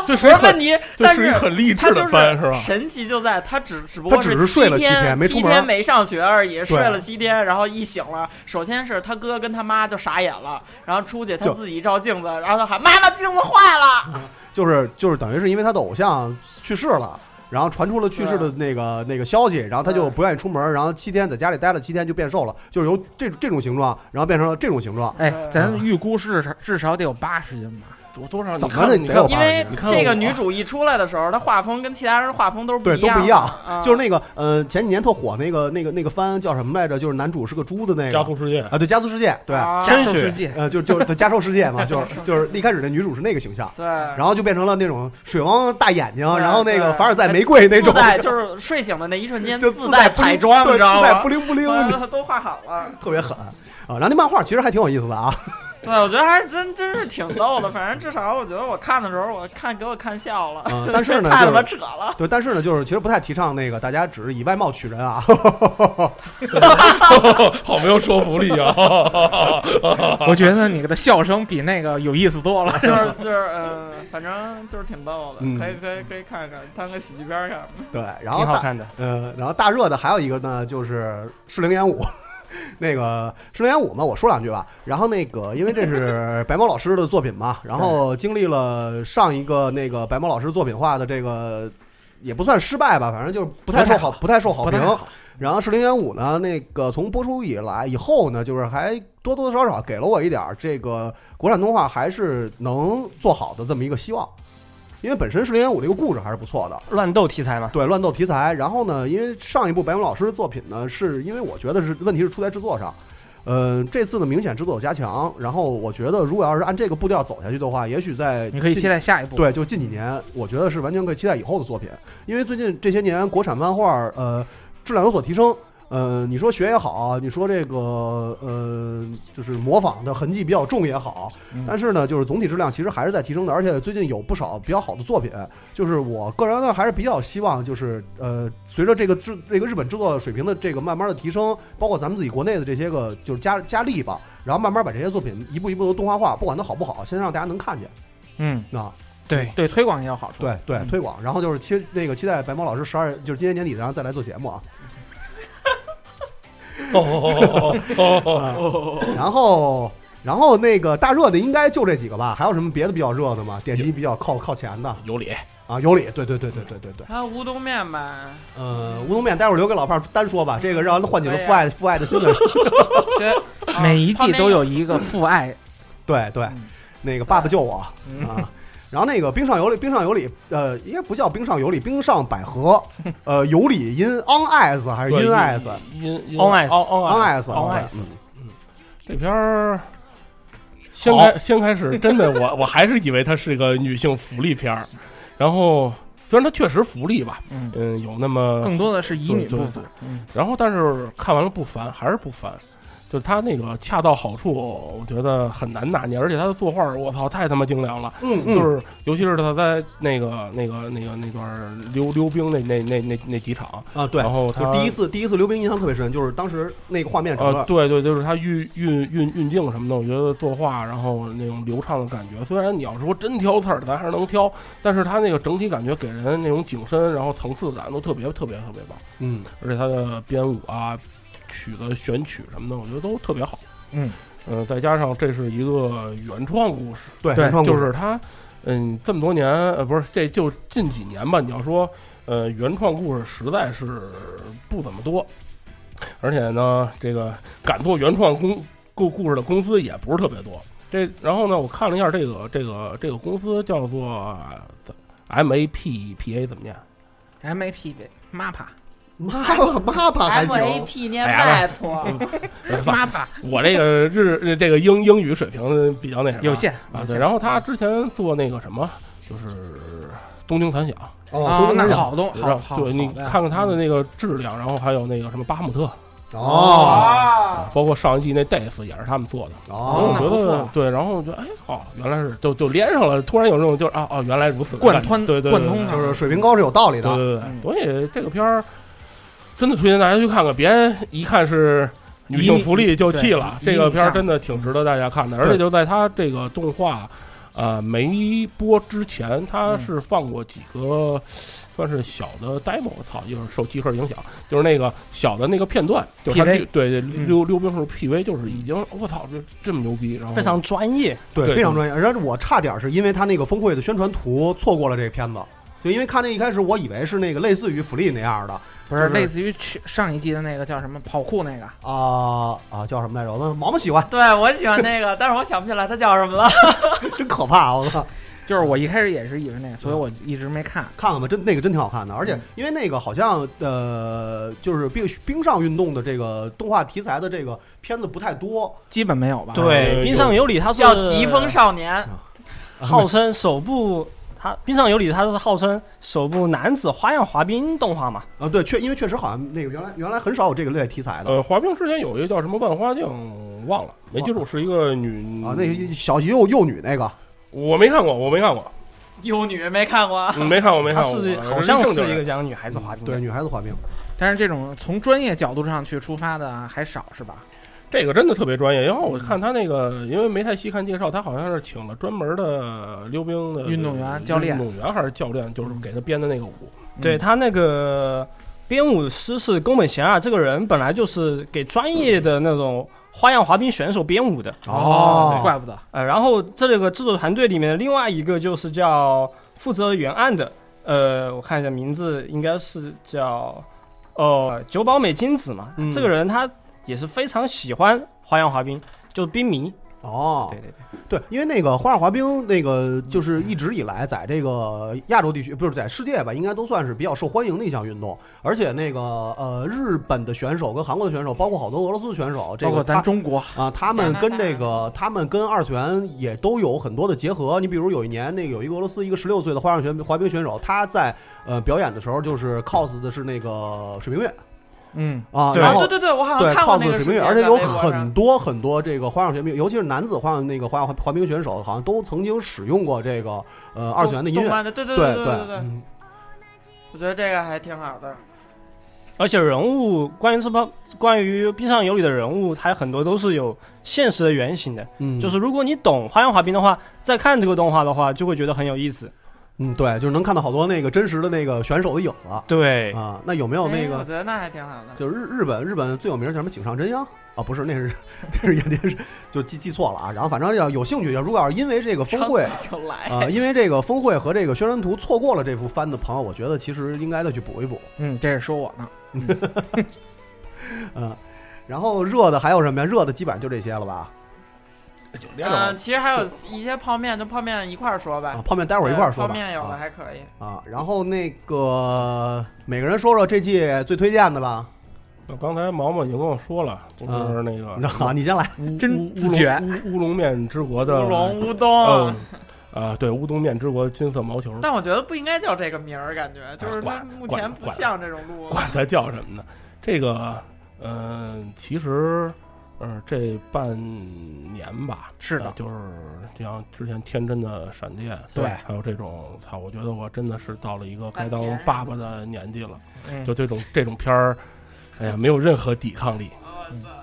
这不是一是很问题，这但是一很励他志就的番，是吧？神奇就在他只只不他过只是是睡了七七天没出七门天没上学而已，对啊睡了七天，然后一醒了，首先是他哥跟他妈就傻眼了，然后出去他就自己一照镜子，然后他喊妈妈镜子坏了，就是就是等于是因为他的偶像去世了。然后传出了去世的那个那个消息，然后他就对不愿意出门，然后七天在家里待了七天就变瘦了，就是由这这种形状，然后变成了这种形状。哎，咱预估是至少得有八十斤吧？多多少怎你么着看得你有看吧因为你看这个我女主一出来的时候，她画风跟其他人画风都是对，一都样的，嗯不一样。就是那那个，呃，前几年特火那个、那个、那个番叫什么来着？就是男主是个猪的那个。家族世界啊，对，家族世界，对，啊家兽世界呃，就就对家兽世界嘛，就是就是一开始那女主是那个形象，对，然后就变成了那种水汪大眼睛，对然后那个对凡尔赛玫瑰那种，自 带就是睡醒的那一瞬间就自带不灵彩妆，对你知道自带吗？不灵不灵，呃都画好了。特别狠啊。然后那漫画其实还挺有意思的啊，对，我觉得还是真真是挺逗的。反正至少我觉得我看的时候，我看给我看笑了。嗯但是呢 太他就是妈扯了。对，但是呢，就是其实不太提倡那个大家只是以外貌取人啊。 好没有说服力啊！我觉得你的笑声比那个有意思多了。就是就是呃，反正就是挺逗的，啊嗯可以可以可以看看，当个喜剧片儿看。对，然后挺好大看的。呃，然后大热的还有一个呢，就是适龄演武。 那个适龄演武嘛，我说两句吧。然后那个，因为这 是白猫老师的作品嘛，然后经历了上一个那个白猫老师作品化的这个，也不算失败吧，反正就是不太受好，不太受好不太评。然后适龄演武呢，那个从播出以来以后呢，就是还多多少少给了我一点儿这个国产动画还是能做好的这么一个希望，因为本身适龄演武这个故事还是不错的。乱斗题材嘛，对乱斗题材。然后呢，因为上一部白木老师的作品呢，是因为我觉得是问题是出在制作上，呃，这次呢明显制作有加强。然后我觉得如果要是按这个步调走下去的话，也许在你可以近期待下一部。，嗯对，就近几年，我觉得是完全可以期待以后的作品，因为最近这些年国产漫画儿呃质量有所提升。呃，你说学也好，你说这个呃，就是模仿的痕迹比较重也好，但是呢，就是总体质量其实还是在提升的，而且最近有不少比较好的作品，就是我个人呢还是比较希望，就是呃，随着这个制这个日本制作水平的这个慢慢的提升，包括咱们自己国内的这些个就是加加力吧，然后慢慢把这些作品一步一步的动画化，不管它好不好，先让大家能看见嗯，啊。对，对推广也有好处。对对，嗯推广。然后就是期那个期待白猫老师十二，就是今年年底然后再来做节目啊。 哦哦，然后然后那个大热的应该就这几个吧，还有什么别的比较热的吗？点击比较靠靠前的有理，啊， 有理，对对对对对对对。还有乌冬面 吧，呃，乌冬面待会儿留给老炮儿单说吧，这个让人唤起了父爱父爱的心灵。学啊每一泡季面都有一个父爱，对对嗯， 那个爸爸救我啊。然后那个冰上有理，冰上有理，呃，应该不叫冰上有理，冰上百合，呃，有理 in on ice 还是 in ice？因哦 On ice on ice on on ice 这片儿。先开先开始，真的，我我 还是以为它是个女性福利片儿，然后虽然它确实福利吧，嗯，嗯，有那么更多的是乙女对对部分。嗯，然后但是看完了不烦，还是不烦，就是他那个恰到好处，我觉得很难拿捏，而且他的作画，我操，太他妈精良了。嗯就嗯，是尤其是他在那个那个那个那段溜溜冰那那那那那几场，啊对然，后就他第一次第一次溜冰印象特别深，就是当时那个画面整呃，个，对对，就是他运运运运镜什么的，我觉得作画，然后那种流畅的感觉，虽然你要说真挑刺儿，咱还是能挑，但是他那个整体感觉给人那种景深，然后层次感都特别特别特别棒，嗯，而且他的编舞啊、曲子选曲什么的，我觉得都特别好。嗯，呃，再加上这是一个原创故事，对，对原创故就事是他，嗯，这么多年，呃，不是，这就近几年吧。你要说，呃，原创故事实在是不怎么多，而且呢，这个敢做原创公故故事的公司也不是特别多。这，然后呢，我看了一下这个这个这个公司叫做 M A P P A 怎么念？ M A P 呗，MAPA 妈吧妈吧还 M 行， A P 念哎呀 map，呃反 MAPA 我这个日呃这个英英语水平比较那什么有限啊。有对，限然后他之前做那个什么，就是《东京残响》。啊哦，，那好，好东好然好，后对你好的呀嗯看看他的那个质量，然后还有那个什么巴哈姆特，哦啊，包括上一季那 Death 也是他们做的。哦那我不觉得错对，然后我觉得哎哦，原来是就就连上了，突然有这种就是啊哦，原来如此的贯感觉穿对对对贯通对就是水平高是有道理对的，对对嗯对，所以这个片儿真的推荐大家去看看，别一看是。女性福利就弃了，对这个片儿一女向真的挺值得大家看的，而且就在它这个动画，呃，没播之前，它嗯是放过几个算是小的 demo，操，就是受集合影响，就是那个小的那个片段，就是它 PV 溜对对嗯溜溜冰时候 PV，就是已经我操，这这么牛逼，然后非常专业。对，对非常专业。而且我差点是因为他那个峰会的宣传图错过了这个片子，就因为看那一开始我以为是那个类似于福利那样的，不是类于似于去上一季的那个叫什么跑酷那个，啊啊叫什么来着？我们毛毛喜欢，对我喜欢那个，但是我想不起来它叫什么了。真可怕！我操，就是我一开始也是以为那个，所以我一直没看。看看吧，真那个真挺好看的，而且因为那个好像呃，就是冰冰上运动的这个动画题材的这个片子不太多，基本没有吧？呃对，冰上有里他是叫《疾风少年》，号称首部，他冰上有里他是号称首部男子花样滑冰动画嘛。啊，对，确因为确实好像那个原来原来很少有这个类题材的。呃，滑冰之前有一个叫什么万花镜，忘了，没记住，是一个女啊，那小幼幼女那个，我没看过，我没看过， 幼女没看过， 嗯没看过，没看过，我正经人讲女孩子滑冰对女孩子滑冰，但是这种从专业角度上去出发的还少是吧？这个真的特别专业，然后我看他那个，因为没太细看介绍，他好像是请了专门的溜冰的运动员教练运动员还是教练，就是给他编的那个舞。对他那个编舞师是宫本贤二，这个人本来就是给专业的那种花样滑冰选手编舞的。哦怪不得。呃，然后这个制作团队里面的另外一个就是叫负责原案的，呃，我看一下名字，应该是叫哦久保美金子嘛。这个人他也是非常喜欢花样滑冰，就是冰迷。哦，对对对，对，因为那个花样滑冰，那个就是一直以来在这个亚洲地区，不是在世界吧，应该都算是比较受欢迎的一项运动。而且那个呃，日本的选手跟韩国的选手，包括好多俄罗斯选手，这个包括咱他中国啊，他们跟这个他们跟二次元也都有很多的结合。你比如有一年，那个有一个俄罗斯一个十六岁的花样旋滑冰选手，他在呃表演的时候就是 cos 的是那个水明月。嗯啊，对然后对哦对对我好像看过那个 cos 水明视频月，而且在有微博很上多很多这个花样滑冰，尤其是男子花样那个花样滑滑冰选手，好像都曾经使用过这个呃二次元的音动乐漫的，。对对对对对对，嗯我觉得这个还挺好的。而且人物关于这帮关于冰上有里的人物，它很多都是有现实的原型的。嗯就是如果你懂花样滑冰的话，再看这个动画的话，就会觉得很有意思。嗯，对，就是能看到好多那个真实的那个选手的影子。对啊，那有没有那哎我个觉得那还挺好的。就是日日本日本最有名儿叫什么井上真央啊？不是，那是那是演电视，就记记错了啊。然后反正要有兴趣，如果要是因为这个峰会张嘴就来啊、因为这个峰会和这个宣传图错过了这幅番的朋友，我觉得其实应该再去补一补。嗯，这是说我呢。嗯，然后热的还有什么呀？热的基本上就这些了吧？嗯、其实还有一些泡面，就泡面一块儿说吧。啊泡面待会儿一块儿说吧哎对泡面有的啊还可以。啊，然后那个每个人说说这季最推荐的吧。那刚才毛毛已经跟我说了，就是 那个，啊，你先来，真自觉乌乌龙面之国的乌龙乌冬嗯啊，对，乌冬面之国金色毛球，但我觉得不应该叫这个名儿，感觉就是它管目管前不管像这种路。管它叫什么呢？这个，嗯、其实，呃，这半年吧，是的呃就是就像之前天真的闪电，对还有这种，操，我觉得我真的是到了一个该半当天爸爸的年纪了，嗯就这种这种片儿，哎呀，没有任何抵抗力。哦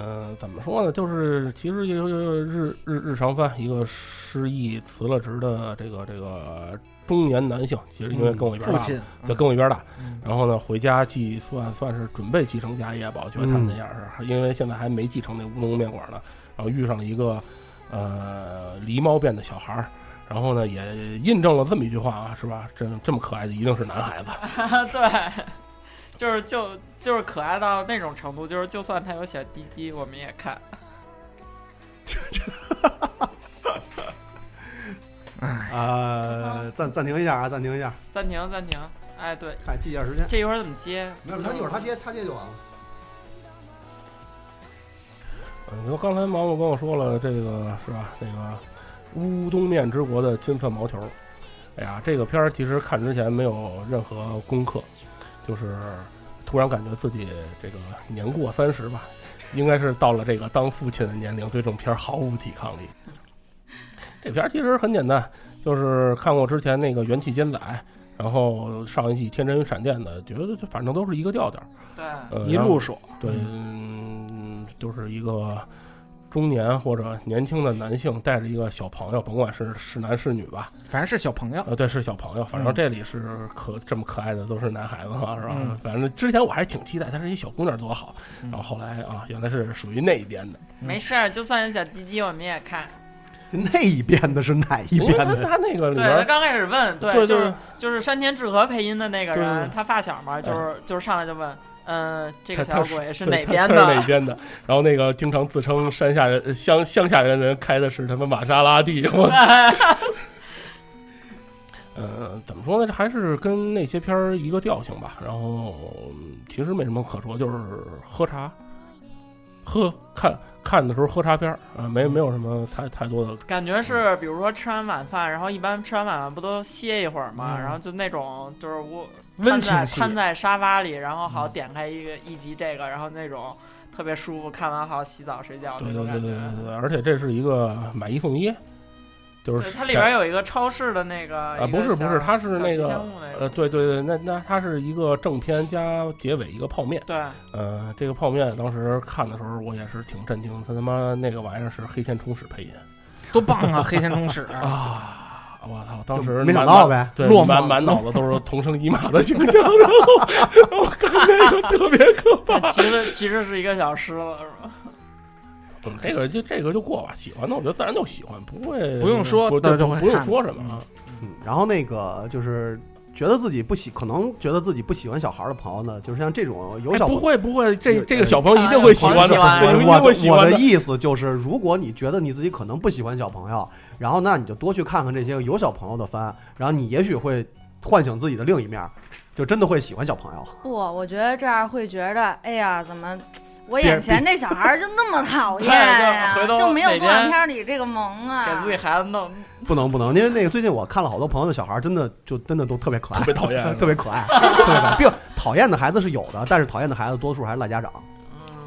嗯、怎么说呢？就是其实也有日日日常番，一个失忆辞了职的这个这个中年男性，其实因为跟我一边嗯大父亲嘛，就跟我一边大。嗯然后呢，回家继算算是准备继承家业吧，我觉得他们那样是，因为现在还没继承那乌龙面馆呢，然后遇上了一个呃狸猫变的小孩儿。然后呢，也印证了这么一句话啊，是吧？这这么可爱的一定是男孩子。 对，就是就就是可爱到那种程度，就是就算它有小鸡鸡，我们也看。呃，暂暂停一下啊，暂停一下，暂停，暂停。哎，对，看记一下时间。这一会儿怎么接？没事，他一会儿他接他接就完了。嗯，你说刚才毛毛跟我说了，这个是吧？那个乌冬面之国的金色毛球，哎呀，这个片儿其实看之前没有任何功课，就是突然感觉自己这个年过三十吧，应该是到了这个当父亲的年龄，对这种片儿毫无抵抗力。这片儿其实很简单，就是看过之前那个《元气千载》，然后上一季《天真与闪电》的，觉得这反正都是一个调调。对，呃嗯一路说，对，嗯，就是一个中年或者年轻的男性带着一个小朋友，甭管是是男是女吧，反正是小朋友，呃，对，是小朋友，反嗯正这里是可这么可爱的都是男孩子嘛，是吧？嗯 反正之前我还挺期待，她是一小姑娘多好，然后后来啊，原来是属于那一边的，没事儿，就算有小鸡鸡，我们也看。就那一边的是哪一边因为的？他他嗯那个里对他边儿刚开始问，对就就是是就是山田智和配音的那个对对人对，他发小嘛，就是就是上来就问，嗯，这个他小他鬼是哪对他边 他是哪的？边的？然后那个经常自称山下人、乡乡下人的人开的是他妈玛莎拉蒂，我呃，怎么说呢？这还是跟那些片儿一个调性吧。然后嗯其实没什么可说，就是喝茶，喝看看的时候喝茶片儿啊、没嗯没有什么太太多的感觉是，嗯比如说吃完晚饭，然后一般吃完晚饭不都歇一会儿嘛，嗯然后就那种就是我瘫温情嗯在戏瘫在沙发里，然后好点开一个一集这个，然后那种特别舒服，看完好洗澡睡觉对那对种对感对觉。嗯对对，而且这是一个买一送一，就是对，它里想边有一个超市的那个啊，不是不是，它是那个呃，呃，对对对，那那它是一个正片加结尾一个泡面。对，呃，这个泡面当时看的时候，我也是挺震惊，他他妈那个玩意儿是黑田充史配音，多棒啊！黑田中史啊，我操，当时就没满想到呗对，落满寞 满脑子都是同生一马的形象，然后然后看 这个特别可怕。其实其实是一个小时 了，是吧？嗯这个就这个就过吧，喜欢的我觉得自然就喜欢，不会不用说不大家就对不会不用看说什么啊。嗯，然后那个就是觉得自己不喜，可能觉得自己不喜欢小孩的朋友呢，就是像这种有哎小、不会啊不会，这有这个小朋友一定会喜欢的，我一定会喜我我欢的 意思就是，如果你觉得你自己可能不喜欢小朋友，然后那你就多去看看这些有小朋友的番，然后你也许会唤醒自己的另一面，就真的会喜欢小 朋友。不，我觉得这样会觉得，哎呀，怎么我别眼前这小孩儿就那么讨厌呀、对就回头就没有哪动画天片儿里这个萌啊，给自己孩子弄不能不能，因为那个最近我看了好多朋友的小孩，真的就真的都特别 可爱，特别讨厌特别可爱，特别可爱。并讨厌的孩子是有的，但是讨厌的孩子多数还是赖家长。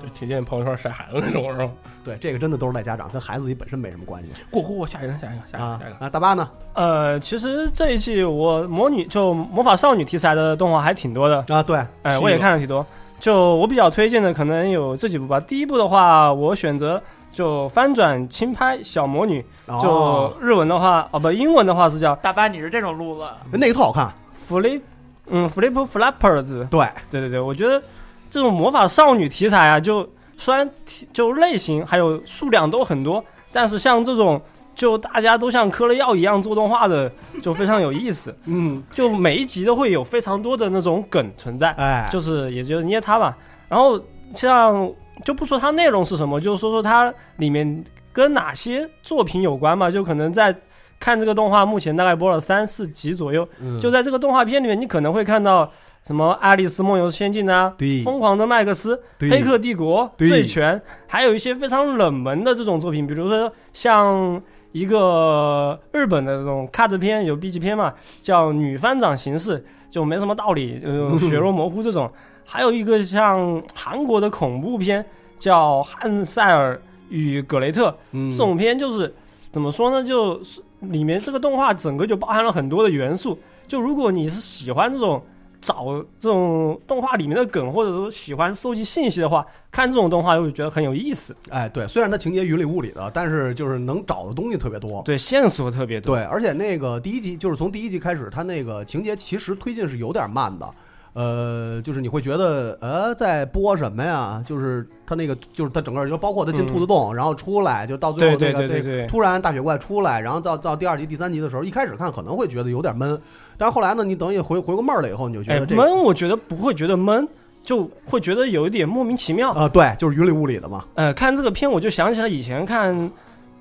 就嗯天天嗯朋友圈晒孩子那种是吧？对，这个真的都是赖家长，跟孩子自己本身没什么关系。过过过，下一个人，下一个，下一个，啊下一个。啊，大巴呢？呃，其实这一季我魔女就魔法少女题材的动画还挺多的啊，对，哎、是我也有看了挺多。就我比较推荐的可能有这几部吧。第一部的话，我选择就翻转轻拍小魔女，哦就日文的话，哦不，英文的话是叫大巴，你是这种路子，那个特好看，flip，嗯，flip flappers。对，对对对，我觉得这种魔法少女题材啊，就虽然题就类型还有数量都很多，但是像这种就大家都像嗑了药一样做动画的，就非常有意思。嗯，就每一集都会有非常多的那种梗存在，哎就是也就是捏它吧。然后像就不说它内容是什么，就说说它里面跟哪些作品有关吧。就可能在看这个动画，目前大概播了三四集左右。嗯就在这个动画片里面，你可能会看到什么《爱丽丝梦游仙境》啊，对疯狂的麦克斯》对黑客帝国》对醉拳，还有一些非常冷门的这种作品，比如说像一个日本的这种 cut 片，有 B 级片嘛，叫《女番长形式》，就没什么道理，呃，嗯血肉模糊这种。还有一个像韩国的恐怖片叫《汉塞尔与格雷特》，嗯这种片就是怎么说呢？就是里面这个动画整个就包含了很多的元素。就如果你是喜欢这种找这种动画里面的梗，或者说喜欢收集信息的话，看这种动画又觉得很有意思。哎，对，虽然它情节云里雾里的，但是就是能找的东西特别多。对，线索特别多。对，而且那个第一集就是从第一集开始，它那个情节其实推进是有点慢的。呃，就是你会觉得，呃，在播什么呀？就是它那个，就是它整个就包括它进兔子洞，然后出来，就到最后嗯那对个对对那个对对突然大雪怪出来，然后到到第二集、第三集的时候，一开始看可能会觉得有点闷，但是后来呢，你等也回回过味儿了以后，你就觉哎，得这个闷，我觉得不会觉得闷，就会觉得有一点莫名其妙。啊、对，就是云里雾里的嘛。呃，看这个片我就想起来以前看。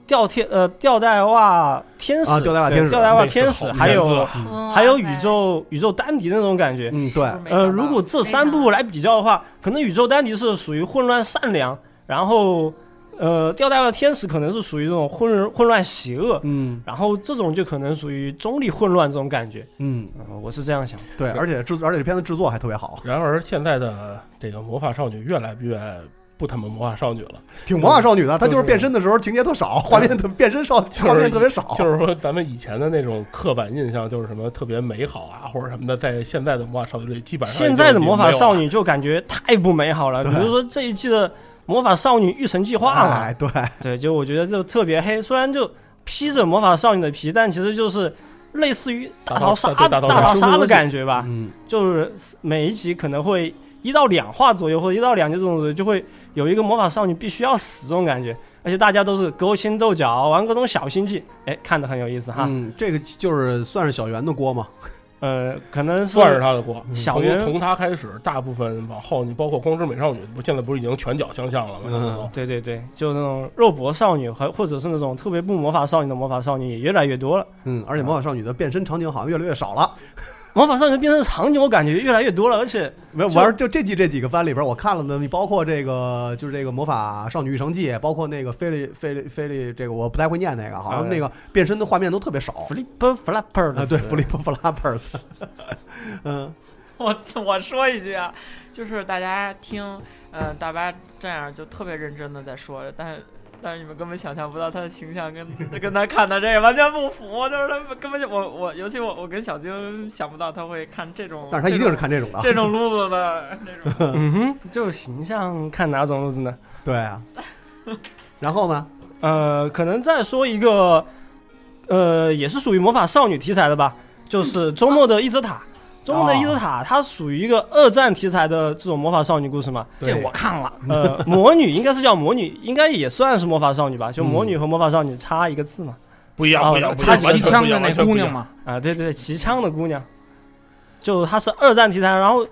吊天呃吊带袜天使啊吊带袜对天使吊带袜那是天使，好还有名字嗯还有宇宙宇宙丹迪那种感觉，嗯对呃，如果这三部来比较的话，可能宇宙丹迪是属于混乱善良，然后呃吊带袜天使可能是属于这种混混乱邪恶，嗯，然后这种就可能属于中立混乱这种感觉，呃嗯，我是这样想的，对，而且制作，而且这片子制作还特别好。然而现在的这个魔法少女越来越不他妈魔法少女了，挺魔法少女的，她就就是变身的时候情节特少，画面特变身少，就是画面特别少。就是说，咱们以前的那种刻板印象就是什么特别美好啊，或者什么的，在现在的魔法少女里基本上现在的魔法少女女就感觉太不美好了，比对如说这一季的魔法少女育成计划嘛，哎，对，对，就我觉得就特别黑，虽然就披着魔法少女的皮，但其实就是类似于大逃杀、大大逃逃杀大逃杀杀的感觉吧。嗯，就是每一集可能会一到两话左右，或者一到两集这种，就会有一个魔法少女必须要死这种感觉。而且大家都是勾心斗角，玩各种小心计，哎，看得很有意思哈。嗯，这个就是算是小圆的锅嘛。呃，可能是啊算是他的锅。嗯小从圆从他开始，大部分往后，你包括《光之美少女》，不现在不是已经拳脚相向了吗？嗯，对对对，就那种肉搏少女和或者是那种特别不魔法少女的魔法少女也越来越多了。嗯，而且魔法少女的变身场景好像越来越少了。魔法少女变身场景我感觉越来越多了，而且没有玩就这季这几个番里边，我看了呢，你包括这个就是这个魔法少女育成记，包括那个菲利菲利菲利，这个我不太会念那个，好像那个变身的画面都特别少。 Flip Flapper 啊，对，Flip Flappers，嗯， 我我说一句啊，就是大家听，呃，大巴这样就特别认真的在说着，但是但是你们根本想象不到他的形象跟跟他看的这个完全不符，就是他们根本就我我尤其我我跟小晶想不到他会看这种，但是他一定是看这种的啊这种路子的 这种，嗯哼，就形象看哪种路子呢？对啊。然后呢？呃，可能再说一个，呃，也是属于魔法少女题材的吧，就是周末的伊泽塔。周末的伊泽塔，它属于一个二战题材的这种魔法少女故事嘛？这我看了，呃，魔女应该是叫魔女，应该也算是魔法少女吧？就魔女和魔法少女差一个字嘛？不一样啊不一样不一差样几完全不一样完全不一样嘛？啊，对对对，骑枪的姑娘，就她是二战题材，然后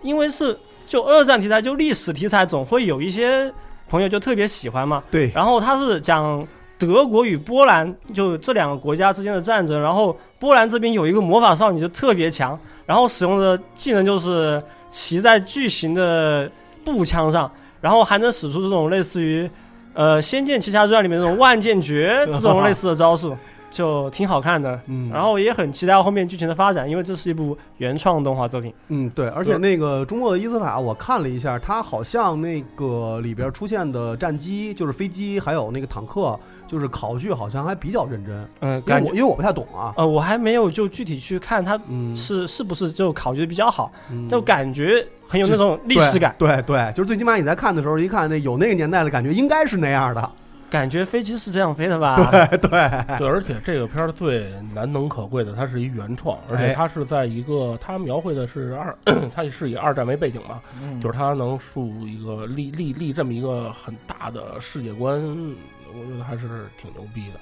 因为是就二战题材，就历史题材，总会有一些朋友就特别喜欢嘛。对。然后它是讲德国与波兰就这两个国家之间的战争，然后波兰这边有一个魔法少女就特别强，然后使用的技能就是骑在巨型的步枪上，然后还能使出这种类似于呃《仙剑奇侠传》里面那种万剑诀这种类似的招数。就挺好看的，嗯然后也很期待后面剧情的发展，因为这是一部原创动画作品。嗯，对，而且那个中国的伊斯塔，我看了一下，它好像那个里边出现的战机，就是飞机，还有那个坦克，就是考据好像还比较认真。嗯因为感我觉因为我不太懂啊。嗯呃，我还没有就具体去看它是是不是就考据的比较好，就感觉很有那种历史感。对对对，就是最起码你在看的时候，一看那有那个年代的感觉，应该是那样的。感觉飞机是这样飞的吧？对哎对对，而且这个片儿最难能可贵的，它是一原创，而哎且它是在一个，它描绘的是二， 它也是以二战为背景嘛，嗯就是它能树一个立立立这么一个很大的世界观，我觉得还是挺牛逼的。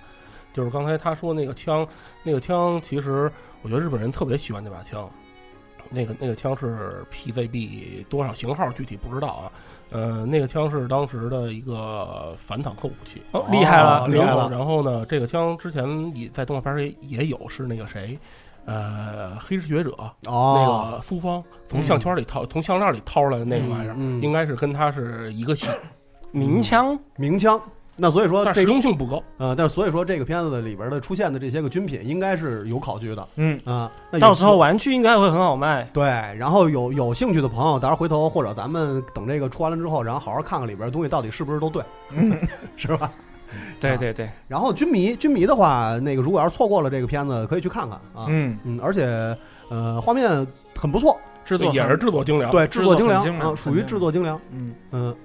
就是刚才他说那个枪，那个枪其实我觉得日本人特别喜欢那把枪，那个那个枪是 PZB 多少型号具体不知道啊，呃，那个枪是当时的一个反坦克武器，哦厉害了厉害然后了然后呢，这个枪之前也在动画片儿也也有，是那个谁，呃，黑之学者哦那个苏芳从项圈里掏，从项链里掏出来的那个玩意儿，嗯应该是跟他是一个系。鸣枪，鸣枪。那所以说，但实用性不高。呃，但是所以说，这个片子里边的出现的这些个军品，应该是有考据的。嗯啊，那有到时候玩具应该会很好卖。对，然后有有兴趣的朋友，到时候回头或者咱们等这个出完了之后，然后好好看看里边的东西到底是不是都对， 是吧？对对对。然后军迷军迷的话，那个如果要是错过了这个片子，可以去看看啊。嗯嗯，而且呃，画面很不错，制作很也是制作精良对，制制作很作精良精良啊，属于制作精良。嗯嗯，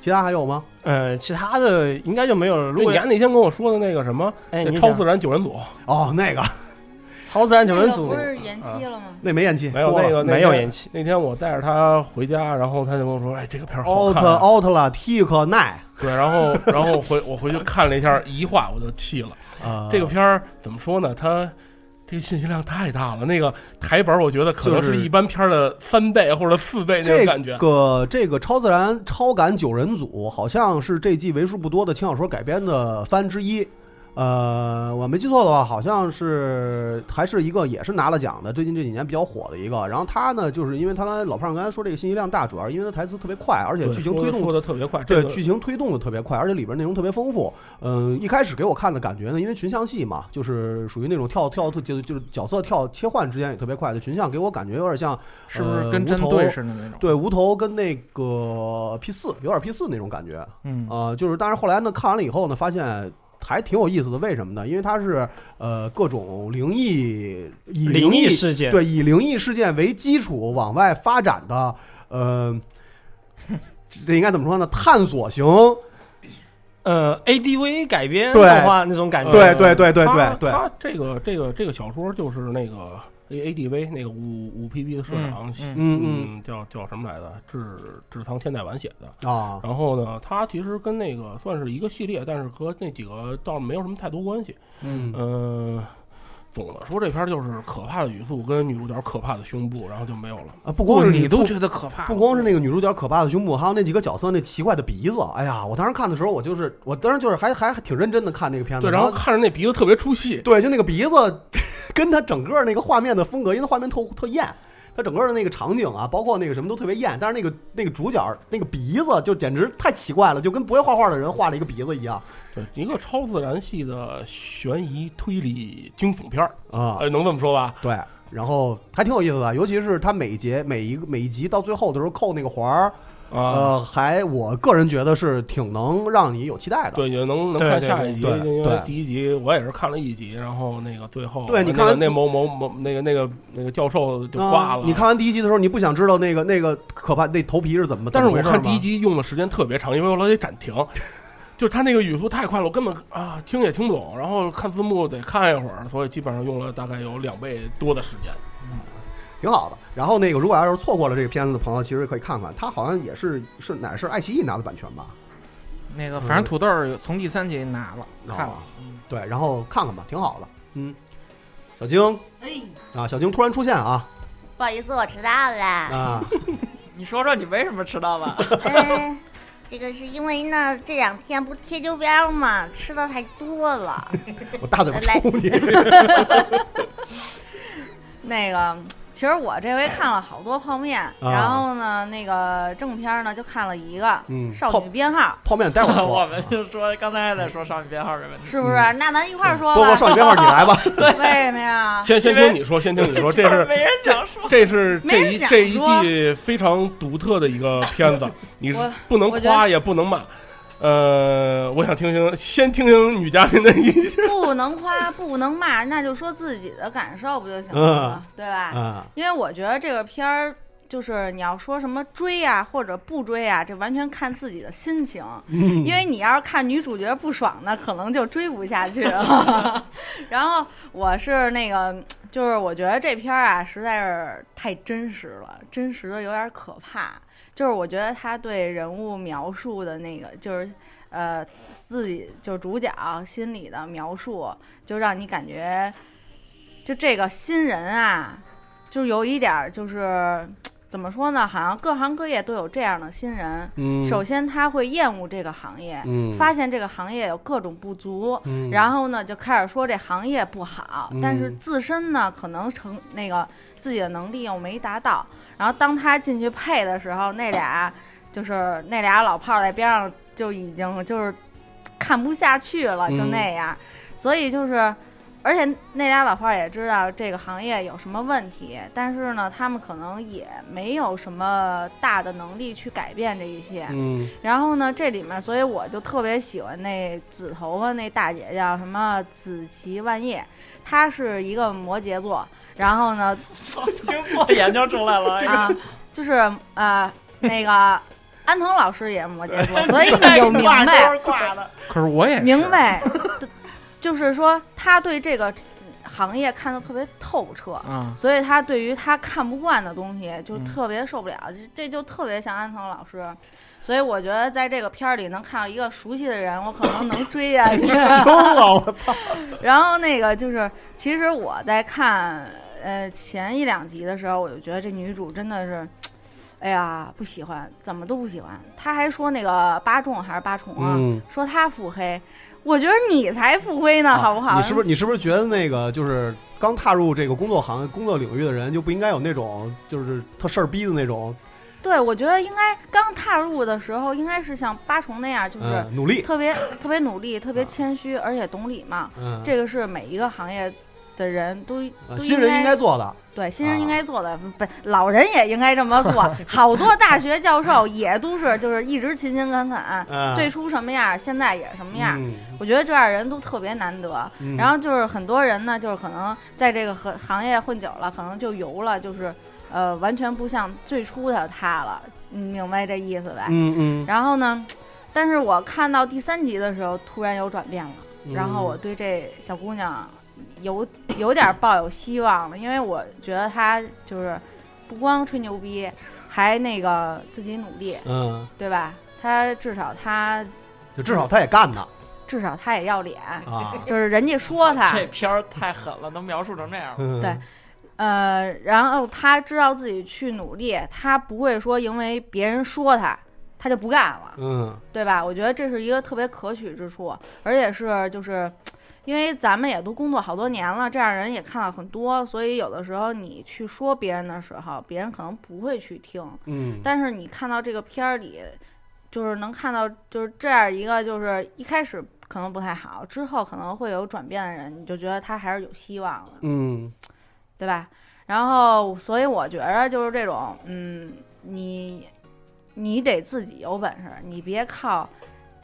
其他还有吗？呃，其他的应该就没有了。如对果你看那天跟我说的那个什么，哎那你超讲自然九人组，哦，那个超自然九人组哎不是延期了吗？那没延期，没有哎播了那个没有延期。那天我带着他回家，然后他就跟我说：“哎，这个片儿好 out 看啊。 out 了 tick 奈，对，然后然后回我回去看了一下一话，我就气了。啊这个片儿怎么说呢？它这个信息量太大了。那个台本我觉得可能就是是一般片儿的三倍或者四倍那这种感觉。个这个超自然超感九人组好像是这季为数不多的轻小说改编的番之一。呃，我没记错的话，好像是还是一个也是拿了奖的，最近这几年比较火的一个。然后他呢，就是因为他刚才老胖刚才说这个信息量大，主要是因为他台词特别快，而且对剧情说推得动说的特别快，这对个剧情推动的特别快，而且里边内容特别丰富。嗯，一开始给我看的感觉呢，因为群像戏嘛，就是属于那种跳跳就就是角色跳切换之间也特别快的群像，给我感觉有点像是不是呃跟无针头对似的那种？对，无头跟那个 P 四有点 P 四那种感觉，嗯啊、就是但是后来呢，看完了以后呢，发现。还挺有意思的，为什么呢？因为它是呃各种灵异以灵异异事件对以灵异事件为基础往外发展的，呃，这应该怎么说呢？探索型呃 ADV 改编对动画那种感觉。对对对对对他对他这个这个这个小说就是那个 ADV 那个五五 PB 的社长，嗯嗯，叫叫什么来着？志志仓千代丸写的啊然后呢，它其实跟那个算是一个系列，但是和那几个倒没有什么太多关系。嗯呃，总的说，这片儿就是可怕的语速跟女主角可怕的胸部，然后就没有了啊，不哦光是女不得可怕不光是那个女主角可怕的胸部，还有那几个角色那奇怪的鼻子。哎呀，我当时看的时候，我就是我当时就是还还还挺认真的看那个片子，对然后看着那鼻子特别出戏。对，就那个鼻子跟他整个那个画面的风格，因为那画面特特艳。他整个的那个场景啊，包括那个什么都特别艳，但是那个那个主角那个鼻子就简直太奇怪了，就跟不会画画的人画了一个鼻子一样。对，一个超自然系的悬疑推理惊悚片儿啊，呃，能这么说吧？对，然后还挺有意思的，尤其是他每一节每一个每一集到最后的时候扣那个环儿，啊呃，还我个人觉得是挺能让你有期待的。对，也能能对看对下对一集，对因为对第一集我也是看了一集，然后那个最后对呃你那看个完那某某某那个那个那个教授就挂啊了。你看完第一集的时候，你不想知道那个那个可怕那头皮是怎么？但是我看第一集，集用的时间特别长，因为我老得暂 停，就是他那个语速太快了，我根本啊听也听不懂，然后看字幕得看一会儿，所以基本上用了大概有两倍多的时间。挺好的。然后那个如果要是错过了这个片子的朋友，其实可以看看，它好像也是是哪是爱奇艺拿的版权吧？那个反正土豆儿有从第三集拿了，看了啊，对，然后看看吧，挺好的。嗯，小晶哎，啊，小晶突然出现啊不好意思，我迟到哎 了。啊，你说说你为什么迟 到了？嗯，这个是因为呢，这两天不是贴秋膘嘛，吃的太多了。我大嘴巴抽你！那个，其实我这回看了好多泡面，啊然后呢，那个正片呢就看了一个，嗯少女编号。泡面待会儿说， 我们就说刚才还在说少女编号这问题，是不是？嗯那咱一块儿说吧。不不，少女编号你来吧。为什么呀？ 先先听你说，先听你说，这是没人想说， 这是没这人一想这一说季非常独特的一个片 子，你是我不能我觉得夸也不能骂。呃，我想听听，先听听女嘉宾的意见。不能夸，不能骂，那就说自己的感受不就行了吗？对吧？嗯因为我觉得这个片儿就是你要说什么追啊或者不追啊，这完全看自己的心情。嗯因为你要是看女主角不爽呢，可能就追不下去了。然后我是那个，就是我觉得这片儿啊实在是太真实了，真实的有点可怕。就是我觉得他对人物描述的那个，就是呃自己就是主角心里的描述，就让你感觉，就这个新人啊，就有一点儿就是。怎么说呢？好像各行各业都有这样的新人。嗯 首先他会厌恶这个行业，嗯发现这个行业有各种不足，嗯然后呢就开始说这行业不好，嗯但是自身呢可能成那个自己的能力又没达到。然后当他进去配的时候，那俩就是那俩老炮儿在边上就已经就是看不下去了，就嗯那样。所以就是，而且那俩老炮儿也知道这个行业有什么问题，但是呢，他们可能也没有什么大的能力去改变这一切。嗯然后呢，这里面，所以我就特别喜欢那紫头发那大姐叫什么紫琪万叶，她是一个摩羯座，然后呢，星座研究出来了哎啊，就是呃那个。安藤老师也是摩羯座， 所以你就明哎挂白钩，挂的，可是我也是明白，就是说他对这个行业看得特别透彻，啊所以他对于他看不惯的东西就嗯特别受不了，这这就特别像安藤老师。所以我觉得在这个片儿里能看到一个熟悉的人，我可能能追啊下去。了，我操！然后那个就是，其实我在看呃前一两集的时候，我就觉得这女主真的是，哎呀不喜欢，怎么都不喜欢。她还说那个八重还是八重啊，嗯说她腹黑，我觉得你才腹黑呢，好不好？啊啊你是不是你是不是觉得那个就是刚踏入这个工作行工作领域的人就不应该有那种就是特事儿逼的那种？对，我觉得应该刚踏入的时候，应该是像八重那样，就是嗯努力特别特别努力，特别谦虚，而且懂礼貌。嗯这个是每一个行业的人都呃都新人应该啊做的对，新人应该做的，不，老人也应该这么 做。好多大学教授也都是，就是一直勤勤恳啊恳，嗯最初什么样，现在也是什么样嗯。我觉得这样人都特别难得嗯。然后就是很多人呢，就是可能在这个行行业混久了，可能就油了，就是呃，完全不像最初的他了。你明白这意思呗？嗯嗯然后呢，但是我看到第三集的时候，突然有转变了。嗯然后我对这小姑娘有有点抱有希望了，因为我觉得他就是不光吹牛逼，还那个自己努力，嗯，对吧？他至少他就至少他也干呢。至少他也要脸，啊就是人家说他这片儿太狠了，能描述成这样吗？嗯对，呃，然后他知道自己去努力，他不会说因为别人说他，他就不干了，嗯对吧？我觉得这是一个特别可取之处，而且是就是，因为咱们也都工作好多年了，这样人也看到很多，所以有的时候你去说别人的时候，别人可能不会去听，嗯但是你看到这个片儿里，就是能看到就是这样一个，就是一开始可能不太好，之后可能会有转变的人，你就觉得他还是有希望的。嗯对吧？然后，所以我觉着就是这种，嗯，你你得自己有本事，你别靠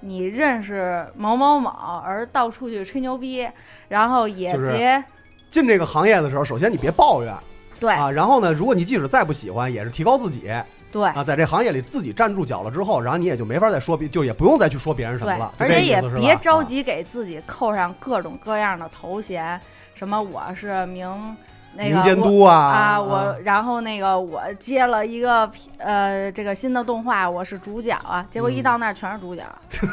你认识某某某而到处去吹牛逼，然后也就是别、进这个行业的时候，首先你别抱怨，对啊，然后呢，如果你即使再不喜欢，也是提高自己。对啊，在这行业里自己站住脚了之后，然后你也就没法再说别，就也不用再去说别人什么对了，，就而这且意也思是吧啊嗯别着急给自己扣上各种各样的头衔，什么我是明。那个民监我督啊嗯啊，啊我然后那个我接了一个呃这个新的动画，我是主角啊，结果一嗯到那儿全是主角，啊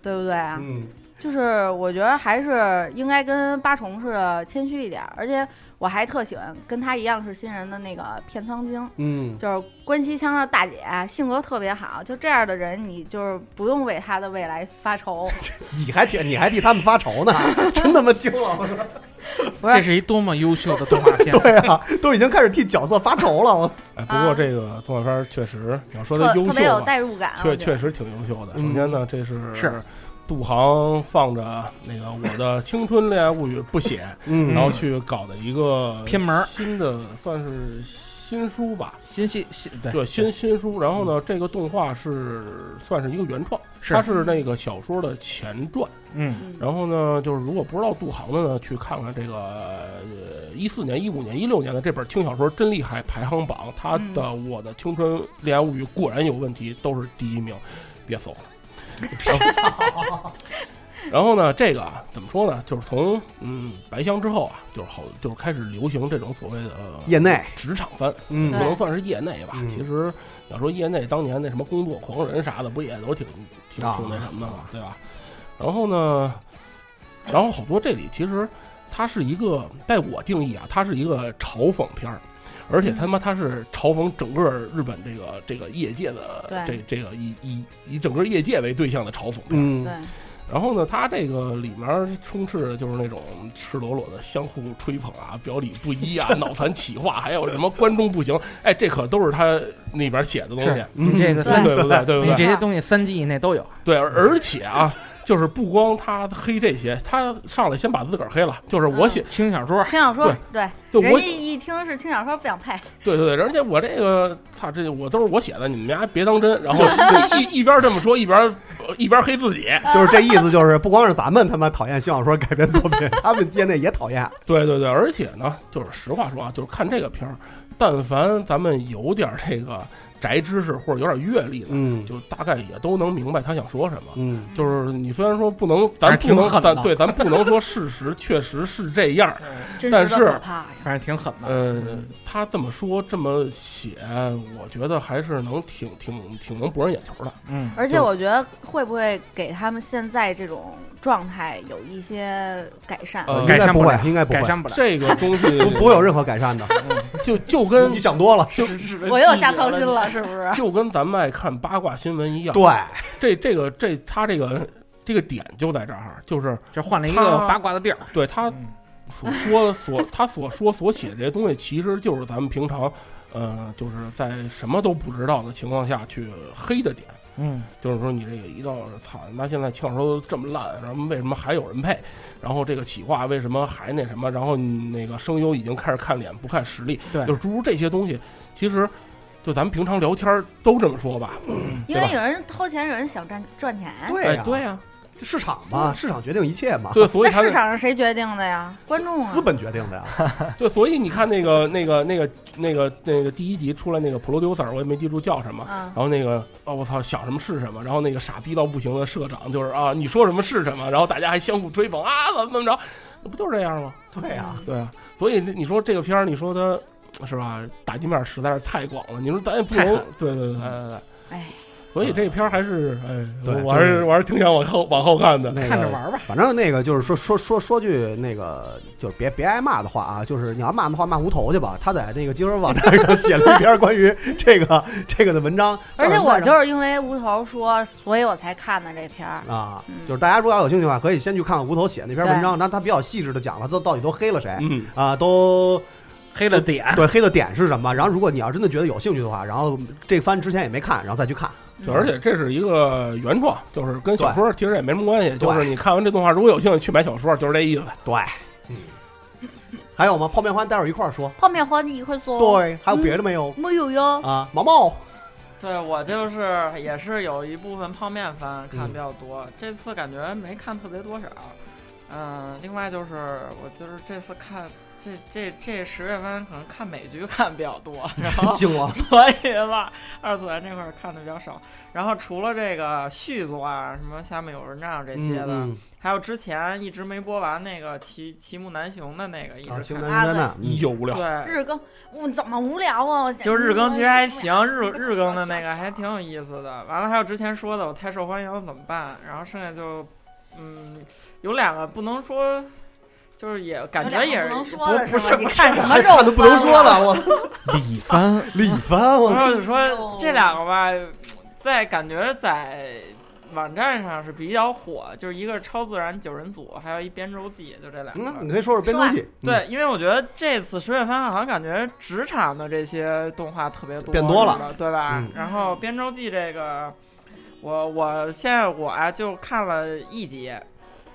对不对啊？嗯，就是我觉得还是应该跟八重似的谦虚一点儿，而且我还特喜欢跟他一样是新人的那个片仓京，嗯就是关西腔的大姐，啊性格特别好，就这样的人，你就是不用为她的未来发愁。你还替你还替他们发愁呢，啊 真他妈精了！不是这是一多么优秀的动画 片！对啊，都已经开始替角色发愁了。 我哎，不过这个动画片儿确实，你要说它啊特优特别秀有吧代入感啊我确觉确得实挺优秀的。首嗯先呢，这是是杜航放着那个《我的青春恋爱物语》不 写，嗯然后去搞的一个嗯偏门儿新的，算是新书吧，新系新对对新新书。然后呢，这个动画是算是一个原创，是它是那个小说的前传。嗯，然后呢，就是如果不知道杜航的呢，去看看这个呃一四年、一五年、一六年的这本轻小说《真厉害》排行榜，他的《我的青春恋爱物语》果然有问题，都是第一名，别搜了。然后呢，这个啊，怎么说呢？就是从嗯白香之后啊，就是好，就是开始流行这种所谓的呃业内职场番，嗯不能算是业内吧。嗯其实要说业内当年那什么工作狂人啥的，不也都挺挺啊挺那什么的嘛，对吧？然后呢，然后好多这里其实它是一个，在我定义啊，它是一个嘲讽片儿。而且他妈他是嘲讽整个日本这个这个业界的这对这个以以以整个业界为对象的嘲讽片儿，嗯对，然后呢，它这个里面充斥着就是那种赤裸裸的相互吹捧啊、表里不一啊、脑残企划，还有什么观众不行， 哎，这可都是他里边写的东西是。你这个对三对不对？对不对？你这些东西三季以内都有。对，而而且啊，就是不光他黑这些，他上来先把自个儿黑了，就是我写轻小说，轻小说对，对人我家一听是轻小说不想配，对对对，而且我这个，操，这我都是我写的，你们家别当真。然后就一一边这么说，一边呃一边黑自己， 就是这意思，就是不光是咱们他妈讨厌新小说改编作品，他们业内也讨厌。对对对，而且呢，就是实话说啊，就是看这个片儿，但凡咱们有点儿这个宅知识或者有点儿阅历的，嗯就大概也都能明白他想说什么。嗯，就是你虽然说不能，咱不挺能，狠的咱对咱不能说事实确实是这样 儿，真实但的是可怕呀反正挺狠的呃，他这么说这么写，我觉得还是能挺挺挺能博人眼球的。嗯而且我觉得会不会给他们现在这种状态有一些改善？呃，应该不会，应该不会，这个东西 不不会有任何改善的。就就 跟你想啊多了，我又瞎操心 了，是不是？就跟咱们爱看八卦新闻一 样。对，啊这这个这他这个这个点就在这儿，就是这换了一他个八卦的地儿。嗯对他所说所他所说所写这些东西，其实就是咱们平常呃，就是在什么都不知道的情况下去黑的点。嗯，就是说你这个一到操他妈现在枪手都这么烂，然后为什么还有人配？然后这个企划为什么还那什么？然后你那个声优已经开始看脸不看实力，对就是诸如这些东西，其实就咱们平常聊天儿都这么说吧，因为有人掏钱，有人想赚赚钱。对呀对呀，市场嘛，市场决定一切嘛。对所以啊那他市场上谁决定的呀？观众啊资。本决定的呀。对，所以你看那个那个那个那个那个第一集出来那个 producer，我也没记住叫什么，嗯然后那个哦我操想什么是什么，然后那个傻逼到不行的社长就是啊你说什么是什么，然后大家还相互追捧啊怎么怎么着，那不就是这样吗？对呀、对啊，所以你说这个片儿，你说它是吧，打击面实在是太嗯广了。你说咱也不能太狠，对对对对呃对。哎，所以这个片儿还是，哎，对我我还就是我还是挺想往后往后看的， 那个玩吧反正那个就是说说说说句那个就是别别挨骂的话啊，就是你要骂的话骂无头去吧。他在那个今儿网站上写了一篇关于这个 这个的文章，而且叫什么我来着就是因为无头说，所以我才看的这片儿。嗯啊，就是大家如果要有兴趣的话，可以先去看看无头写那篇文章，那他比较细致的讲了都到底都黑了谁，嗯啊，都黑了点对，黑的点是什么？然后如果你要真的觉得有兴趣的话，然后这番之前也没看，然后再去看。嗯对，而且这是一个原创，就是跟小对说其实也没什么关系。就是你看完这动画，如果有兴趣去买小说，就是这意思。对，还有吗？泡面欢待会儿一块儿说。泡面欢你一块哦说。对，还有别的没有？没有哟。啊，毛 毛，对我就是也是有一部分泡面番嗯看比较多，这次感觉没看特别多少。嗯，另外就是我就是这次看这这这十月份可能看美剧看比较多， 然后惊了所以吧，二次元这块儿看的比较少。然后除了这个续作啊，什么下面有人帐这些的，嗯嗯还有之前一直没播完那个《奇奇木南雄》的那个，一直看。青山在那，一有无聊。对，日更，我怎么无聊啊？我就日更其实还行，日日更的那个还挺有意思的。完了还有之前说的我太受欢迎了怎么办？然后剩下就，嗯，有两个不能说，就是也感觉也有两个不能是说的不不是吧是你不是看什么肉看都不能说了，我李帆， 李帆，然后我就说这两个吧，在感觉在网站上是比较火，就是一个是超自然九人组，还有一边周记，就这两个。嗯你可以说说边东记，对，因为我觉得这次十月份好像感觉职场的这些动画特别多，变多了是吧对吧？嗯然后《边周记》这个，我我现在我啊就看了一集，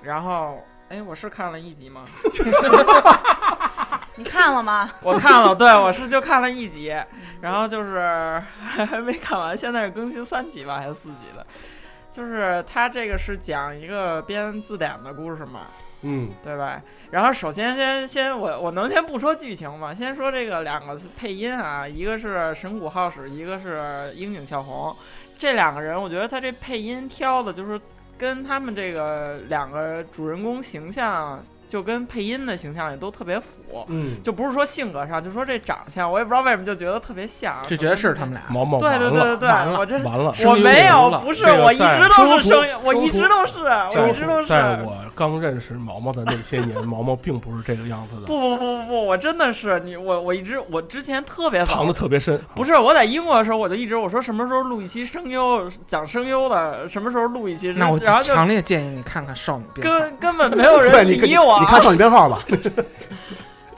然后哎，我是看了一集吗？你看了吗？我看了，对我是就看了一集，然后就是 还没看完，现在是更新三集吧，还是四集的？就是它这个是讲一个编字典的故事嘛，嗯，对吧？然后首先先先我我能先不说剧情吗？先说这个两个配音啊，一个是神谷浩史，一个是樱井孝宏，这两个人，我觉得他这配音挑的就是跟他们这个两个主人公形象。就跟配音的形象也都特别符，嗯就不是说性格上，就说这长相，我也不知道为什么就觉得特别像，就觉得是他们俩。毛毛对对完对了对对完了我这完了，我没有不是这个我一在直都是中声途我一中途直都是我在一直都是在我刚认识毛毛的那些年， 毛毛并不是这个样子的，不不不不不，我真的是你我我一直我之前特别早藏的特别深。不是我在英国的时候我就一直我说什么时候录一期声优讲声优的，什么时候录一期，那我就然后就强烈建议你看看《少女变态》，根根本没 有对人你理你我。你看少女编号吧，对，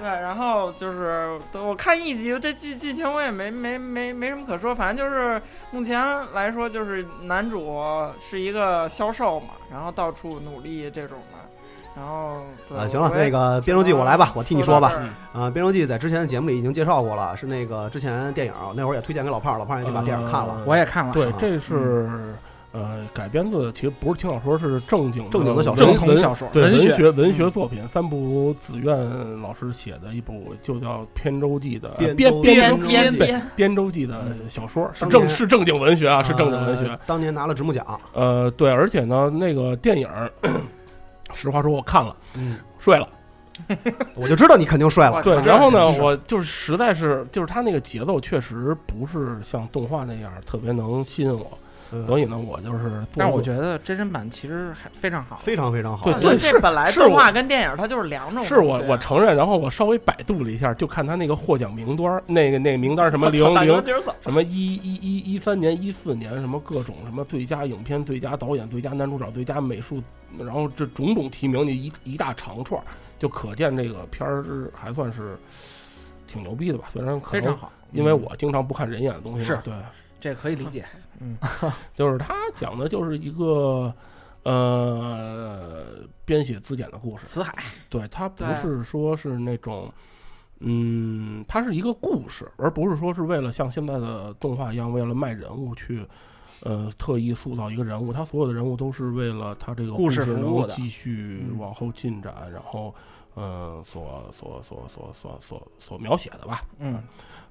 然后就是对我看一集，这剧剧情我也没没没没什么可说，反正就是目前来说，就是男主是一个销售嘛，然后到处努力这种的，然后对啊，行了，我也那个《边城记》我来吧，我替你说说到吧这儿。啊，《边城记》在之前的节目里已经介绍过了，是那个之前电影那会儿也推荐给老胖，老胖也去把电影看了呃。我也看了对，这是呃改编自其实不是轻小说，是正经正经的的小说正正统小说对文文学学文学作品。三浦子苑老师写的一部就叫《编周记》的编编周编记编编对编周记的小说，是嗯当正年是正经文学啊，是正经文学呃。当年拿了直木奖，呃，对，而且呢，那个电影儿， 实话说，我看了，嗯，睡了。我就知道你肯定帅了。对，然后呢，我嗯就是实在是，就是他那个节奏确实不是像动画那样特别能吸引我，嗯所以呢，我就是。但是我觉得真人版其实还非常好，非常非常好对我觉对得是这本来是动我画跟电影它就是两种东西。是我我承认，然后我稍微百度了一下，就看他那个获奖名单儿，那个那个名单儿什 么我零操大零牛今儿走什么一一一一三年、一四年什么各种什么最佳影片、最佳导演、最佳男主角、最佳美术，然后这种种提名，你一一大长串儿，就可见这个片儿是还算是挺牛逼的吧？虽然可非能常好嗯因为我经常不看人眼的东西是嘛，对，这可以理解。嗯，就是他讲的就是一个呃编写字典的故事，辞海。对，它不对是说是那种，嗯，它是一个故事，而不是说是为了像现在的动画一样，为了卖人物去。呃，特意塑造一个人物，他所有的人物都是为了他这个故事服务的能继续嗯往后进展，然后，呃，所所所所所所所描写的吧，嗯，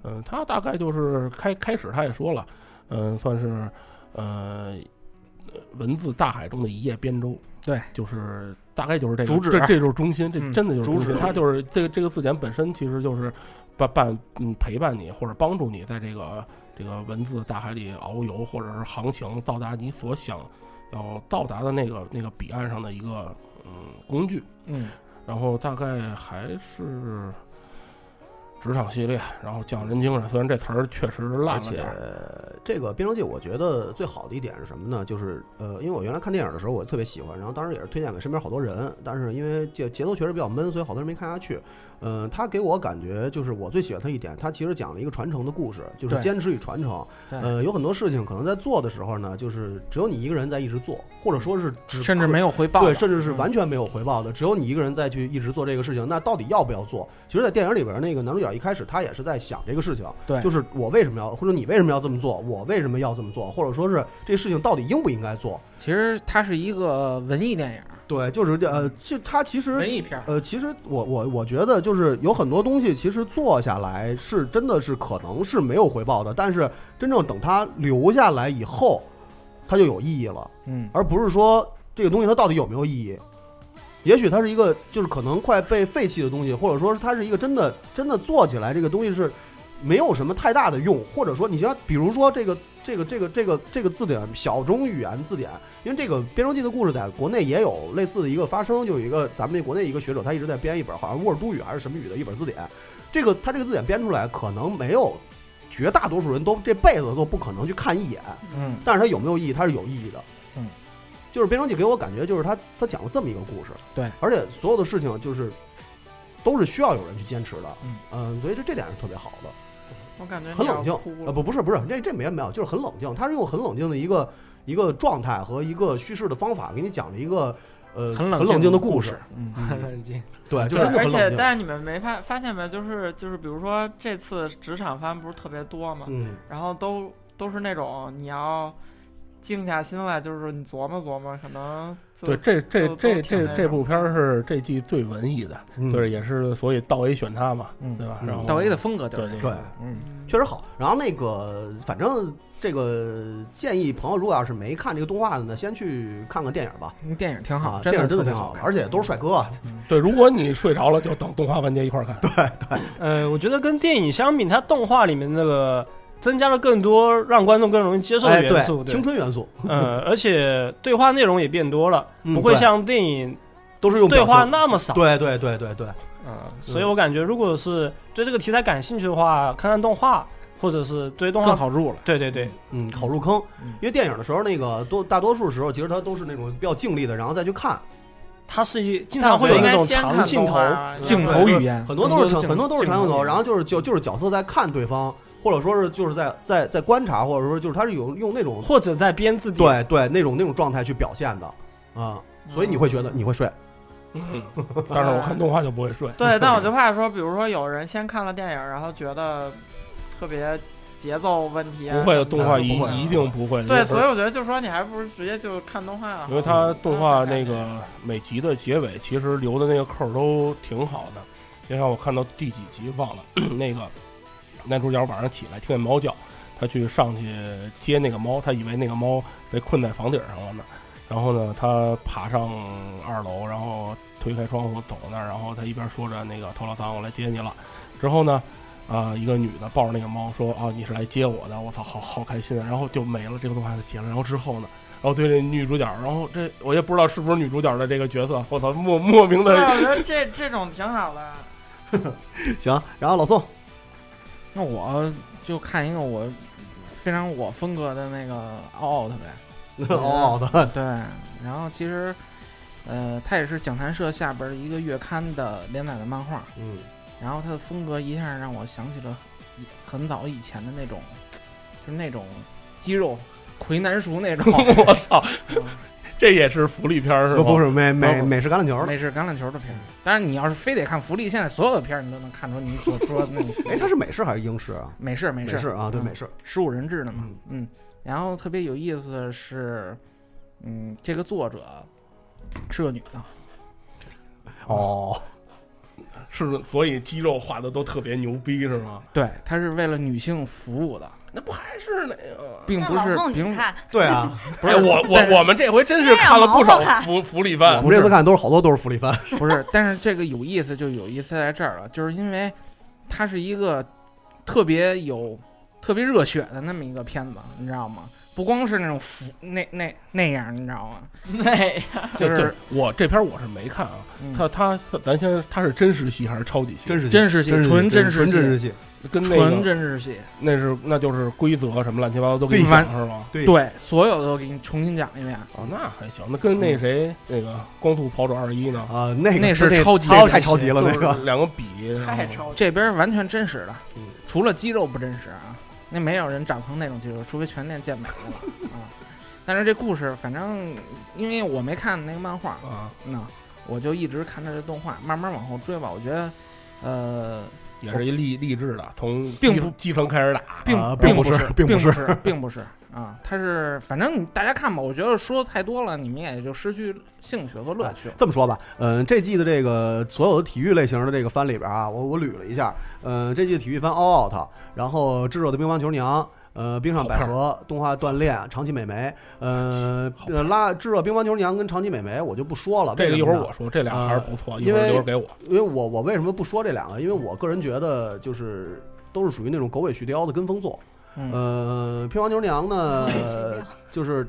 嗯，他大概就是开开始他也说了，嗯、算呃是呃文字大海中的一叶扁舟，对，就是大概就是这个主旨这这就是中心，这嗯真的就是中主心旨。它就是这个这个字典本身其实就是伴伴嗯陪伴你或者帮助你在这个这个文字大海里遨游，或者是航行，到达你所想要到达的那个那个彼岸上的一个嗯工具。嗯，然后大概还是职场系列，然后讲人精神，虽然这词儿确实而烂了且点儿。这个《变声记》，我觉得最好的一点是什么呢？就是呃，因为我原来看电影的时候，我特别喜欢，然后当时也是推荐给身边好多人，但是因为节节奏确实比较闷，所以好多人没看下去。嗯、他给我感觉就是我最喜欢他一点，他其实讲了一个传承的故事，就是对坚持与传承。对呃，有很多事情可能在做的时候呢，就是只有你一个人在一直做，或者说是只嗯甚至没有回报对，的嗯甚至是完全没有回报的，只有你一个人在去一直做这个事情。那到底要不要做？其实，在电影里边，那个男主角一开始他也是在想这个事情，对就是我为什么要，或者你为什么要这么做，我为什么要这么做，或者说是这事情到底应不应该做？其实它是一个文艺电影，对，就是这呃，就它其实文艺片儿呃，其实我我我觉得就是有很多东西，其实做下来是真的是可能是没有回报的，但是真正等它留下来以后，它就有意义了，嗯，而不是说这个东西它到底有没有意义。也许它是一个，就是可能快被废弃的东西，或者说是它是一个真的真的做起来这个东西是没有什么太大的用，或者说你像比如说这个这个这个这个这个字典小众语言字典，因为这个《编钟记》的故事在国内也有类似的一个发生，就有一个咱们这国内一个学者他一直在编一本好像沃尔都语还是什么语的一本字典，这个他这个字典编出来可能没有绝大多数人都这辈子都不可能去看一眼，嗯，但是它有没有意义，它是有意义的，嗯，就是《编钟记》给我感觉就是他他讲了这么一个故事，对，而且所有的事情就是都是需要有人去坚持的，呃嗯、所以这这点是特别好的。我感觉你很冷要静哭啊，了不不是不是，这这没没有，就是很冷静。他是用很冷静的一个一个状态和一个叙事的方法，给你讲了一个呃很冷冷静静的的故事事。很冷嗯静。对，就对真的呃很而冷且静。但是你们没发发现没有，就是就是，比如说这次职场番不是特别多嘛，嗯然后都都是那种你要静下心来，就是你琢磨琢磨，可能就对，这这就这都挺这那这种部片儿是这季最文艺的，嗯就是也是所以道 A 选它嘛，嗯对吧？嗯然后道 A 的风格就是对这对个，嗯，确实好。然后那个，反正这个建议朋友，如果要是没看这个动画的呢，先去看看电影吧。嗯电影挺啊好，，电影真真的特的别挺好好的，看哎而且都是帅哥啊。对，如果你睡着了，就等动画完结一块儿看。对对，呃，我觉得跟电影相比，它动画里面那个增加了更多让观众更容易接受的哎，元素，对，对青春元素， 呃，而且对话内容也变多了，嗯不会对像电影都是用对表话情那么少。对对对对对，嗯所以我感觉，如果是对这个题材感兴趣的话，看看动画，或者是对动画更好入了。对对对，嗯，好入坑。因为电影的时候，那个多大多数时候，其实它都是那种比较静立的，然后再去看。它是一经常会有那种长镜头，镜头语言很多都是长嗯更多的镜很多都是长镜镜头语头，言然后就是就就是角色在看对方，或者说是就是在在在观察，或者说就是他是有用那种或者在编字对对那种那种状态去表现的啊，嗯所以你会觉得嗯你会睡，但是我看动画就不会睡。 对，但我就怕说，比如说有人先看了电影，然后觉得特别节奏问题啊不会的，什么动画的一一定不会。对，就是所以我觉得就说你还不如直接就看动画好了。因为它动画那那个每集的结尾，其实留的那个扣儿都挺好的。就像我看到第几集忘了， 那个男主角晚上起来听见猫叫，他去上去接那个猫，他以为那个猫被困在房顶上了呢。然后呢，他爬上二楼，然后推开窗户走到那儿，然后他一边说着那个“头老三，我来接你了”。之后呢，啊、一个女的抱着那个猫说：“啊，你是来接我的，我操，好好开心。”啊！”然后就没了，这个动画就结了。然后之后呢，然后对这女主角，然后这我也不知道是不是女主角的这个角色，我操，莫莫名对，我觉的得这这种挺 好的。行，然后老宋，那我就看一个我非常我风格的那个奥奥特 呗，奥奥特对。然后其实，呃，它也是讲谈社下边儿一个月刊的连载的漫画，嗯。然后它的风格一下让我想起了很很早以前的那种，就是那种肌肉魁南熟那 种。我操，这也是福利片儿是吧？不是美美不美式橄榄球的。美式橄榄球的片儿。当然，你要是非得看福利，现在所有的片儿你都能看出你所说的那种哎，它是美式还是英式啊？美式美式嗯美式啊，对美式，十五人制的嘛，嗯。然后特别有意思的是，嗯，这个作者是个女的， 哦，是所以肌肉画的都特别牛逼是吗？对，她是为了女性服务的。那不还是那个，并不是并对啊，不是我 我我们这回真是看了不少福福利番，我们这次看都是好多都是福利番，不是，但是这个有意思就有意思在这儿了，就是因为它是一个特别有特别热血的那么一个片子，你知道吗？不光是那种服那那那样，你知道吗？那样 就对对是我这篇我是没看啊，嗯嗯他他咱先他是真实戏还是超级戏？真实戏真实戏纯真实纯真实戏跟那个纯真实戏，那是那就是规则什么乱七八糟都给你对讲是吗？对，所有的都给你重新讲一遍。哦，那还行，那跟嗯那谁那个光速跑者二十一呢？啊，那个那是那超级太超级了就是那个 两个比，然哦后这边完全真实的，嗯除了肌肉不真实啊，那没有人长成那种肌肉，除非全练健美去 了啊。但是这故事，反正因为我没看那个漫画啊，那我就一直看着这动画，慢慢往后追吧。我觉得，呃，也是一励励志的，从并基不基层开始打，并啊并不是，并并是，是，并不是啊，它是反正大家看吧，我觉得说的太多了，你们也就失去兴趣和乐啊趣了。这么说吧，嗯、这季的这个所有的体育类型的这个番里边啊，我我捋了一下，嗯、这季的体育番《All Out》，然后《炙热的乒乓球娘》，呃，《冰上百合》，动画锻炼，《长崎美眉》，呃，呃拉《炙热乒乓球娘》跟《长崎美眉》我就不说了，这个为一什会么呢儿我说，这俩还是不错，啊一因会儿为留着给我。，因为我我为什么不说这两个？因为我个人觉得就是都是属于那种狗尾续貂的跟风作。嗯呃，乒乓球娘呢，呃就是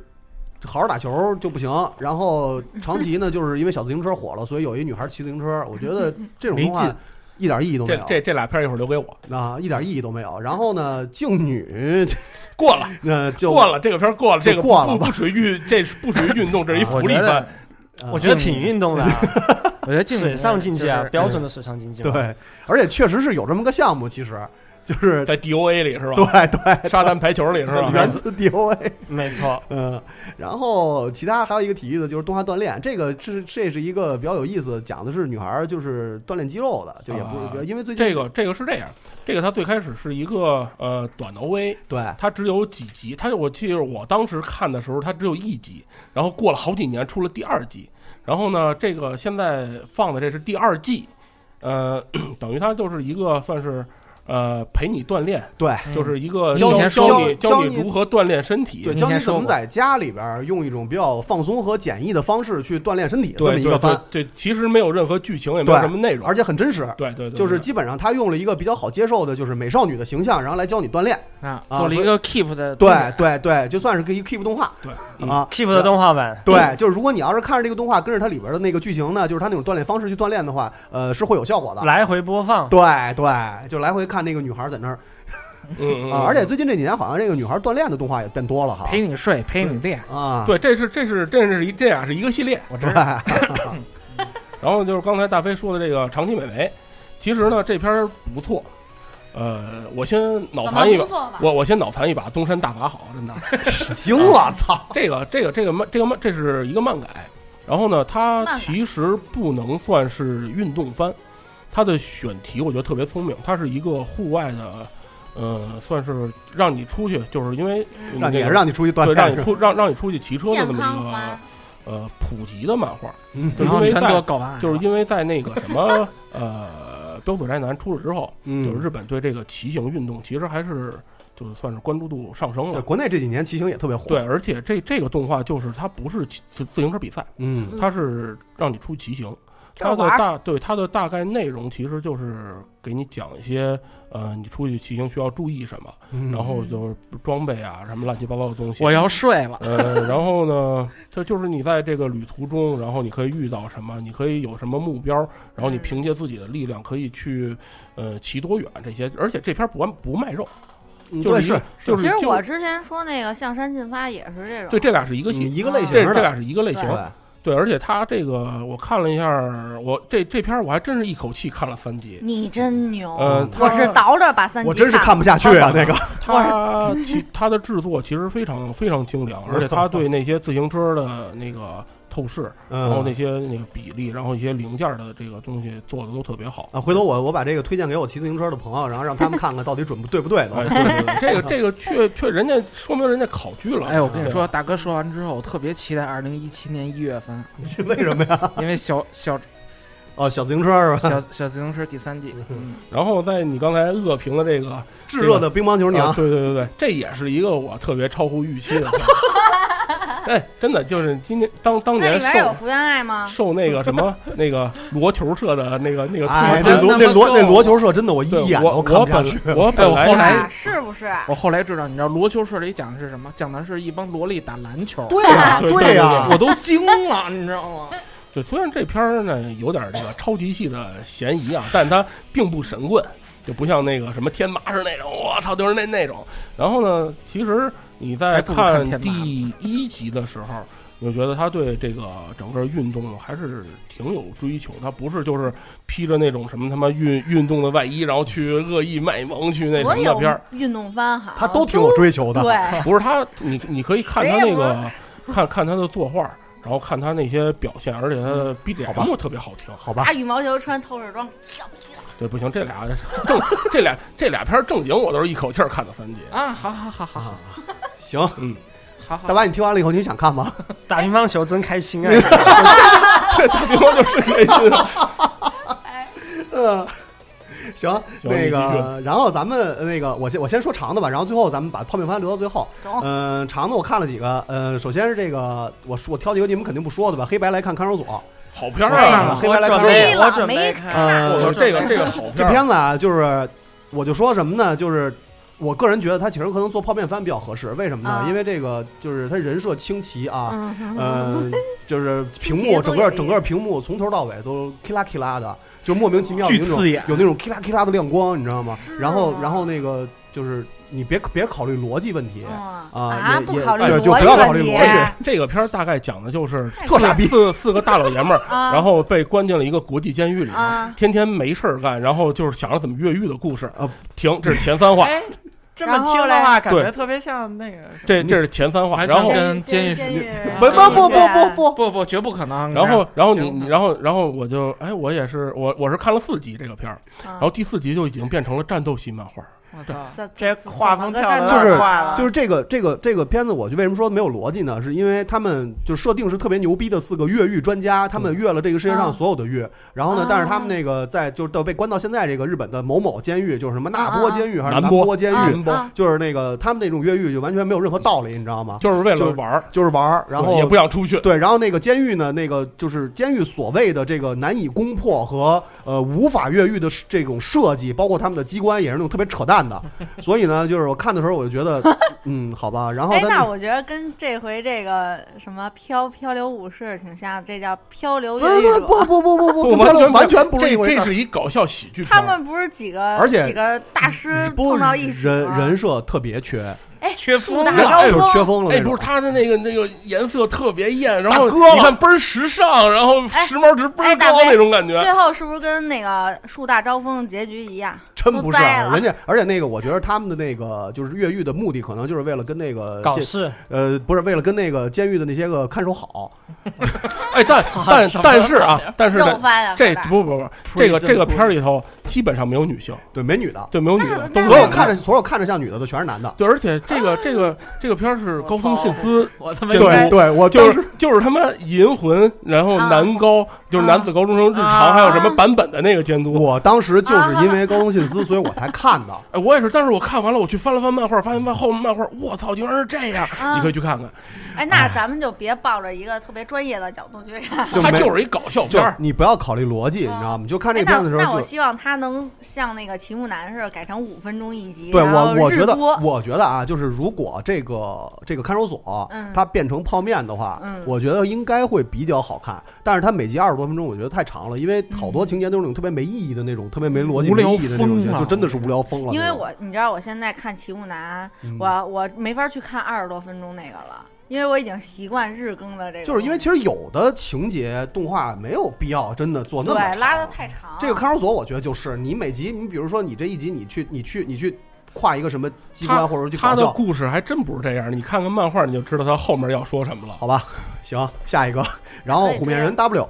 好好打球就不行，然后长崎呢，就是因为小自行车火了，所以有一女孩骑自行车，我觉得这种没动画劲一点意义都没这有。这这俩片儿一会儿留给我，啊，一点意义都没有。然后呢，静女过了，那就过了这个片儿过了，就这个过了不吧不属于运，这是不属于运动，这是一啊我福利觉得番。呃我觉得挺运动的啊，我 觉得竞技水上竞技啊就，是标准的水上竞技嘛。对，而且确实是有这么个项目，其实就是在 DOA 里是吧？对对，沙滩排球里是 吧源自 DOA，没 错。嗯，然后其他还有一个体育的就是动画锻炼，这个是这是一个比较有意思，讲的是女孩儿就是锻炼肌肉的，就也不啊是、因为最近 这个这个是这样，这个它最开始是一个呃短的 OV，对，它只有几集，它我记得我当时看的时候它只有一集，然后过了好几年出了第二季，然后呢这个现在放的这是第二季，呃，等于它就是一个算是。呃，陪你锻炼，对就是一嗯个教教教你教你你如何锻炼身体，对教你怎么在家里边儿用一种比较放松和简易的方式去锻炼身体这么对一个番，对，对其实没有任何剧情，也没有对什么内容，而且很真实。对对对，就是基本上他用了一个比较好接受的，就是美少女的形象，然后来教你锻炼。啊，啊做了一所以个 keep 的对东西对对，就算是个一 Keep 动画，对嗯啊，Keep 的动画版，对，就是如果你要是看着这个动画，跟着它里边的那个剧情呢，就是它那种锻炼方式去锻炼的话，呃，是会有效果的。来回播放，对对，就来回看那个女孩在那儿嗯啊，而且最近这几年好像这个女孩锻炼的动画也变多了哈。陪你睡，陪你练啊对，这是这是这是一这俩是一个系列，我知道。然后就是刚才大飞说的这个长期美眉，其实呢这片儿不错。呃，我先脑残一怎么把不错吧，我我先脑残一把，东山大法好， 真的。啊行，我操！这个这个这个漫这个漫这是一个漫改，然后呢，它其实不能算是运动番，它的选题我觉得特别聪明，它是一个户外的，呃，算是让你出去，就是因为嗯那让你个也让你出去锻对炼让你出让让你出去骑车的这健么康啊一个番呃普及的漫画，嗯就是因然后为全啊在都搞完了就是因为在那个什 么呃标准宅男出了之后，嗯就是日本对这个骑行运动其实还是就是算是关注度上升了对，。国内这几年骑行也特别火。嗯对，而且这这个动画就是它不是骑自自行车比赛，嗯它是让你出骑行。这它儿的玩儿大对它的大概内容其实就是给你讲一些，呃，你出去骑行需要注意什么，嗯然后就是装备啊什么乱七八糟的东西。 我要睡了呃，然后呢，这就是你在这个旅途中，然后你可以遇到什么，你可以有什么目标，然嗯后你凭借自己的力量可以去，呃，骑多远这些。而且这片儿不不卖肉，就嗯对是一是就是其实就我之前说那个向山进发也是这种，对，这俩是一个系嗯一个类型啊这的这俩是一个类型对。对，而且他这个我看了一下，我这这片儿我还真是一口气看了三集。你真牛！哦 呃他嗯我是倒着把三集，啊他其他的制作其实非常非常精 良，而且他对那些自行车的那个透视，嗯然后哦那些那个比例，然后一些零件的这个东西做的都特别好。啊，回头我我把这个推荐给我骑自行车的朋友，然后让他们看看到底准不对不对都。哎，对 对对，这个这个确确人家说明人家考据了。哎，我跟你对说，，大哥说 完之后，我特别期待二零一七年一月份。为什么呀？因为小小哦，小自行车是吧？ 小小自行车第三季，嗯，然后在你刚才恶评了这个炙热的乒乓球娘啊对对对对，这也是一个我特别超乎预 期的。哎，真的就是今年当当那年里边有受福原爱吗？受那个什么那个罗球社的那个那个哎，推那崇罗那罗那罗球社真的我一眼都看不下去。哎我本来后来啊是不是？我后来知道，你知道罗球社里讲的是什么？讲的是一帮萝莉打篮球。对啊对对对对啊我都惊了，你知道吗？就虽然这片儿呢有点这个超级系的嫌疑啊，但它并不神棍，就不像那个什么天马是那种，我操，就是那那种。然后呢，其实你在还不如看看天马第一集的时候，你就觉得他对这个整个运动还是挺有追求，他不是就是披着那种什么他妈运运动的外衣，然后去恶意卖萌去那什所么的片儿 有。运动番哈，他都挺有追求的 对不是他，你你可以看他谁那也不个，看看他的作画，然后看他那些表现，而且他嗯的 BGM 特别好听。好打羽毛球穿透视装，对，不行，这俩 正这俩这俩片儿正经，我都是一口气儿看到三集。啊，好好好好好，行，嗯，好好大白，你听完了以后你想看吗？打乒乓球真 开心啊！打乒乓球真开心啊！嗯，行，行那你个，然后咱们呃那个，我先我先说长的吧，然后最后咱们把泡面番留到最后。中嗯、长的我看了几个，嗯、首先是这个，我说我挑几个你们肯定不说的吧，《黑白来看看守所》。 好片儿啊啊！黑白来看守追所。了我准备没看呃，我这个这个好片儿，这片子啊，就是我就说什么呢？就是我个人觉得它其实可能做泡面番比较合适，为什么呢啊？因为这个就是它人设清奇啊，嗯哼嗯，就是屏清奇幕 的整多个也整个屏幕从头到尾都 kila kila 的，就莫名其妙有巨那种刺眼有那种 kila kila 的亮光，你知道吗？然后然后那个就是你别别考虑逻辑问题嗯啊，也不也考虑对逻辑就不要考虑问逻题辑。这个片儿大概讲的就是特傻逼嗯四四个大老爷们儿， 啊然后被关进了一个国际监狱里面啊，天天没事儿干，然后就是想着怎么越狱的故事啊。停，这是前三话，哎，这然么后听的话，嘞感觉对特别像那个这这是前三话，然后跟监狱监是狱啊不不不监狱不不不，不不绝不可能。然后，然后你，绝不可你能然后，然后我就，哎，我也是，我我是看了四集这个片儿，啊然后第四集就已经变成了战斗系漫画。我操这，这这画风怎跳么的个就战是斗快啊了，就是这个这个这个片子，我就为什么说没有逻辑呢？是因为他们就设定是特别牛逼的四个越狱专家，他们越了这个世界上所有的越，然后呢啊，但是他们那个在就是到被关到现在这个日本的某某监狱，就是什么那波监狱还是南南波波监啊狱，啊就是那个他们那种越狱就完全没有任何道理，你知道吗？就是为就了是玩儿，就是玩儿，然后也不想出去。对，然后那个监狱呢，那个就是监狱所谓的这个难以攻破和呃无法越狱的这种设计，包括他们的机关也是那种特别扯 淡的。所以呢，就是我看的时候我就觉 得，嗯，好吧。然后哎，他那们我觉得跟这回这个什么漂漂流武士挺像，这叫漂流越狱不者。不不不不不，完全 完全不是一这回事这儿。是一搞笑喜剧片他儿。们不是几个，而且嗯几个大师不碰到一起人吗哎人设特别缺，缺树夫大人就招是风，缺疯了哎，那不种是。他的那个那个颜色特别艳，然大后哥你看倍儿时尚，然后哎时髦值倍儿哎大高飞那种感觉。最后是不是跟那个树大招风的结局一样？真都不是栽啊，了人家，而且那个，我觉得他们的那个就是越狱的目的，可能就是为了跟那个搞监事，呃，不是为了跟那个监狱的那些个看守好，哎， 但但但是啊，但是肉呢，翻啊！这可大不不不，这个这个片儿里头基本上没有女性，对，没女的，对，没有女的，那啊都是所有男的看着所有看着像女的的全是男的。对，而且这个这个这个片儿是高松信司我他妈监应该督对对，我就当时是就是他妈银魂，然后啊男高，就是男子高中生日常，啊还有什么版本的那个监督。我当时就是因为高中信司，所以我才看的。哎，我也是，但是我看完了，我去翻了翻漫画，发现漫后面漫画，我操，竟然是这样！啊你可以去看看，哎，那咱们就别抱着一个特别专业的角度去看。就它没就是一搞笑就片是儿。你不要考虑逻辑，你知道吗？你就看这哎，个那片子的时那候我就。希望他能像那个齐木楠似的，改成五分钟一集，对然后我，我日觉得，播我觉得啊，就是如果这个这个看守所，嗯它变成泡面的话，嗯我觉得应该会比较好看。但是它每集二十多分钟，我觉得太长了，因为好多情节都是那种特别没意义的那种，特别没逻辑、无没聊意义的那种疯情节，了就真的是无聊疯了那种。因为我你知道我现在看齐木楠，嗯我我没法去看二十多分钟那个了，因为我已经习惯日更的这个，就是因为其实有的情节动画没有必要真的做那对么长拉的太长，这个看守所，我觉得就是你每集，你比如说你这一集，你去你去你去跨一个什么机它关，或者去他搞的笑，故事还真不是这样，你看看漫画你就知道他后面要说什么了。好吧？行，下一个，然后可以《虎面这样人 W》。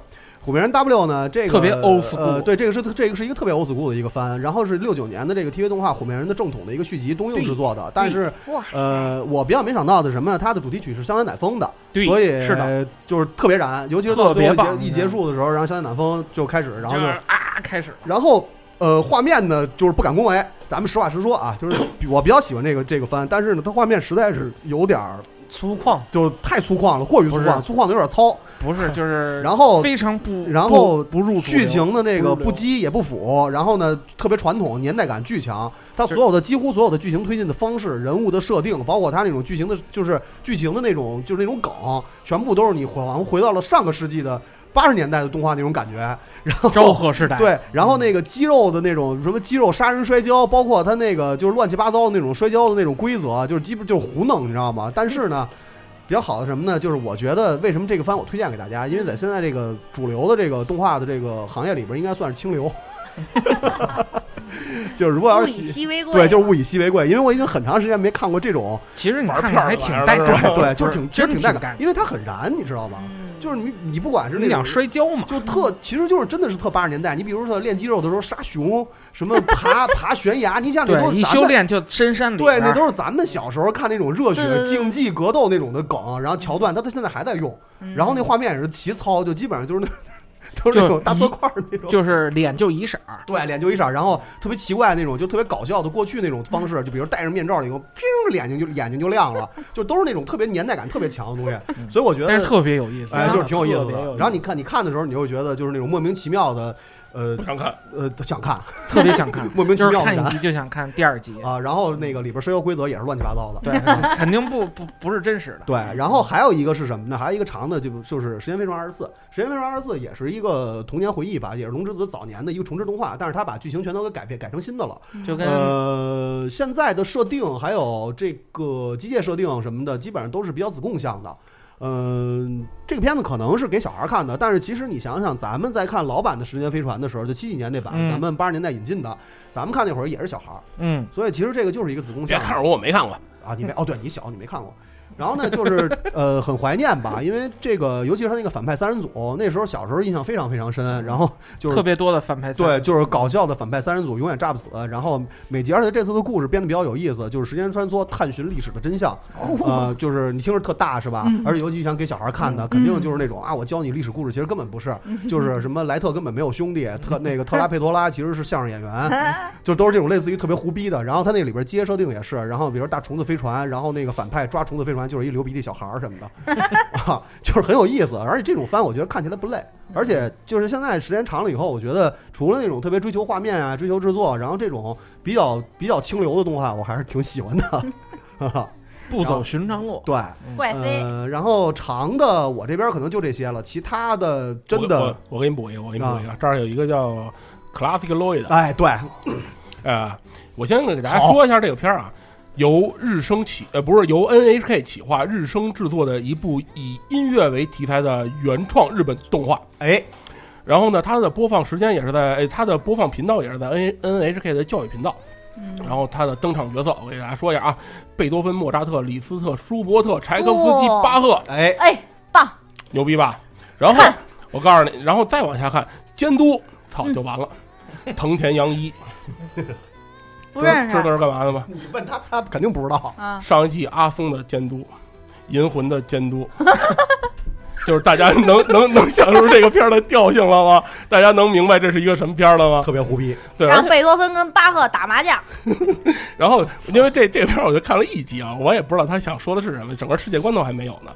古别人 W 呢，这个特别 old school 呃，对，这个是这个是一个特别 old school 的一个番，然后是六九年的这个 TV 动画《虎面人》的正统的一个续集，东映制作的。但是哇，呃，我比较没想到的是什么呢？它的主题曲是香南乃风的，对所以是的，就是特别燃，尤其是特到最别后一棒结一结束的时候，然后香南乃风就开始，然后就就是啊，开始了。然后呃，画面呢就是不敢恭维，咱们实话实说啊，就是 我比较喜欢这个这个番，但是呢，它画面实在是有点儿粗犷，就是太粗犷了，过于粗犷，粗犷的有点糙。不 是，就是然后非常不，然后不入主流剧情的那个不入流不羁也不腐，然后呢特别传统，年代感巨强。它所有的几乎所有的剧情推进的方式、人物的设定，包括它那种剧情的，就是剧情的那种就是那种梗，全部都是你好像回到了上个世纪的。八十年代的动画那种感觉，然后昭和时代对，然嗯后那个肌肉的那种什么肌肉杀人摔跤，包括它那个就是乱七八糟的那种摔跤的那种规则，就是基本就是胡弄，你知道吗？但是呢，比较好的是什么呢？就是我觉得为什么这个番我推荐给大家，因为在现在这个主流的这个动画的这个行业里边，应该算是清流。 就是如果要是物以稀为贵对，就是物以稀为贵。因为我已经很长时间没看过这种，其实你看着还挺带感对，对，就哦不是是挺真挺挺带感因为它很燃，你知道吗？嗯就是你你不管是那你种想摔跤嘛，就特其实就是真的是特八十年代。你比如说练肌肉的时候杀熊，什么爬爬悬崖，你想你都对，是一咱修们炼就深山里边儿，对，那都是咱们小时候看那种热血对对对竞技格斗那种的梗，然后桥段，他他现在还在用。嗯嗯然后那画面也是奇糙，就基本上就是那都是那种大色块儿那种，就是脸就一色儿，对，脸就一色儿，然后特别奇怪那种，就特别搞笑的过去那种方式，就比如戴上面罩以后，砰，眼睛就眼睛就亮了，就都是那种特别年代感特别强的东西，所以我觉得嗯但是特别有意思哎，就是挺有意特思别有意的。思然后你看你看的时候，你就会觉得就是那种莫名其妙的，呃，不想看，呃，想看，特别想 ，看莫名其就是妙的看一燃集就想看第二集啊。然后那个里边社交规则也是乱七八糟 的，对，肯定不不不是真实的。对，然后还有一个是什么呢？还有一个长的，就就是《时间飞船二十四》。《时间飞船二十四》也是一个童年回忆吧，也是龙之子早年的一个重制动画，但是他把剧情全都给改变改成新的了。就跟呃现在的设定还有这个机械设定什么的，基本上都是比较子供向的。嗯、这个片子可能是给小孩看的，但是其实你想想，咱们在看老版的《时间飞船》的时候，就七几年那版，嗯咱们八十年代引进的，咱们看那会儿也是小孩儿，嗯，所以其实这个就是一个子宫别向。看着我，我没看过。啊，你没哦，对你小，你没看过。然后呢，就是呃，很怀念吧，因为这个，尤其是他那个反派三人组，那时候小时候印象非常非常深。然后就是特别多的反派对，就是搞笑的反派三人组永远炸不死。然后每集，而且这次的故事编得比较有意思，就是时间穿梭探寻历史的真相。呃，就是你听着特大是吧？嗯而且尤其想给小孩看嗯的，肯定就是那种啊，我教你历史故事，其实根本不是， 就是什么莱特根本没有兄弟，特那个特拉佩多拉其实是相声演 员，就都是这种类似于特别胡逼的。然后他那里边接设定也是，然后比如大虫子飞船，然后那个反派抓虫子飞船就是一流鼻涕小孩儿什么的。 啊，就是很有意思。而且这种番我觉得看起来不累，而且嗯就是现在时间长了以后，我觉得除了那种特别追求画面啊、追求制作，然后这种比较比较清流的动画，我还是挺 喜欢的。不走寻常路，对，怪妃呃，然后长的我这边可能就这些了，其他的真我的我，我给你补一个，我给你补一个，这儿有一个叫 Classic Lloyd，哎，对，呃，我先给大家说一下这个片儿啊，由日升企呃不是由 NHK 企划日升制作的一部以音乐为题材的原创日本动画，哎。然后呢，它的播放时间也是在，哎，它的播放频道也是在 N N H K 的教育频道。嗯然后他的登场角色，我给大家说一下啊：贝多芬、莫扎特、李斯特、舒伯特、柴可夫斯基、哇巴赫，哎哎，棒！牛逼吧？然后我告诉你，然后再往下看，监督，操就 完了。藤田洋一，不认知道这识是干嘛的吗？你问他，他肯定不知道。啊，上一季阿松的监督，银魂的监督， 就是大家能能能想出这个片儿的调性了吗？大家能明白这是一个什么片儿了吗？特别胡逼，对，而让且贝多芬跟巴赫打麻将，然后因为这这片儿我就看了一集啊，我也不知道他想说的是什么，整个世界观都还没有呢。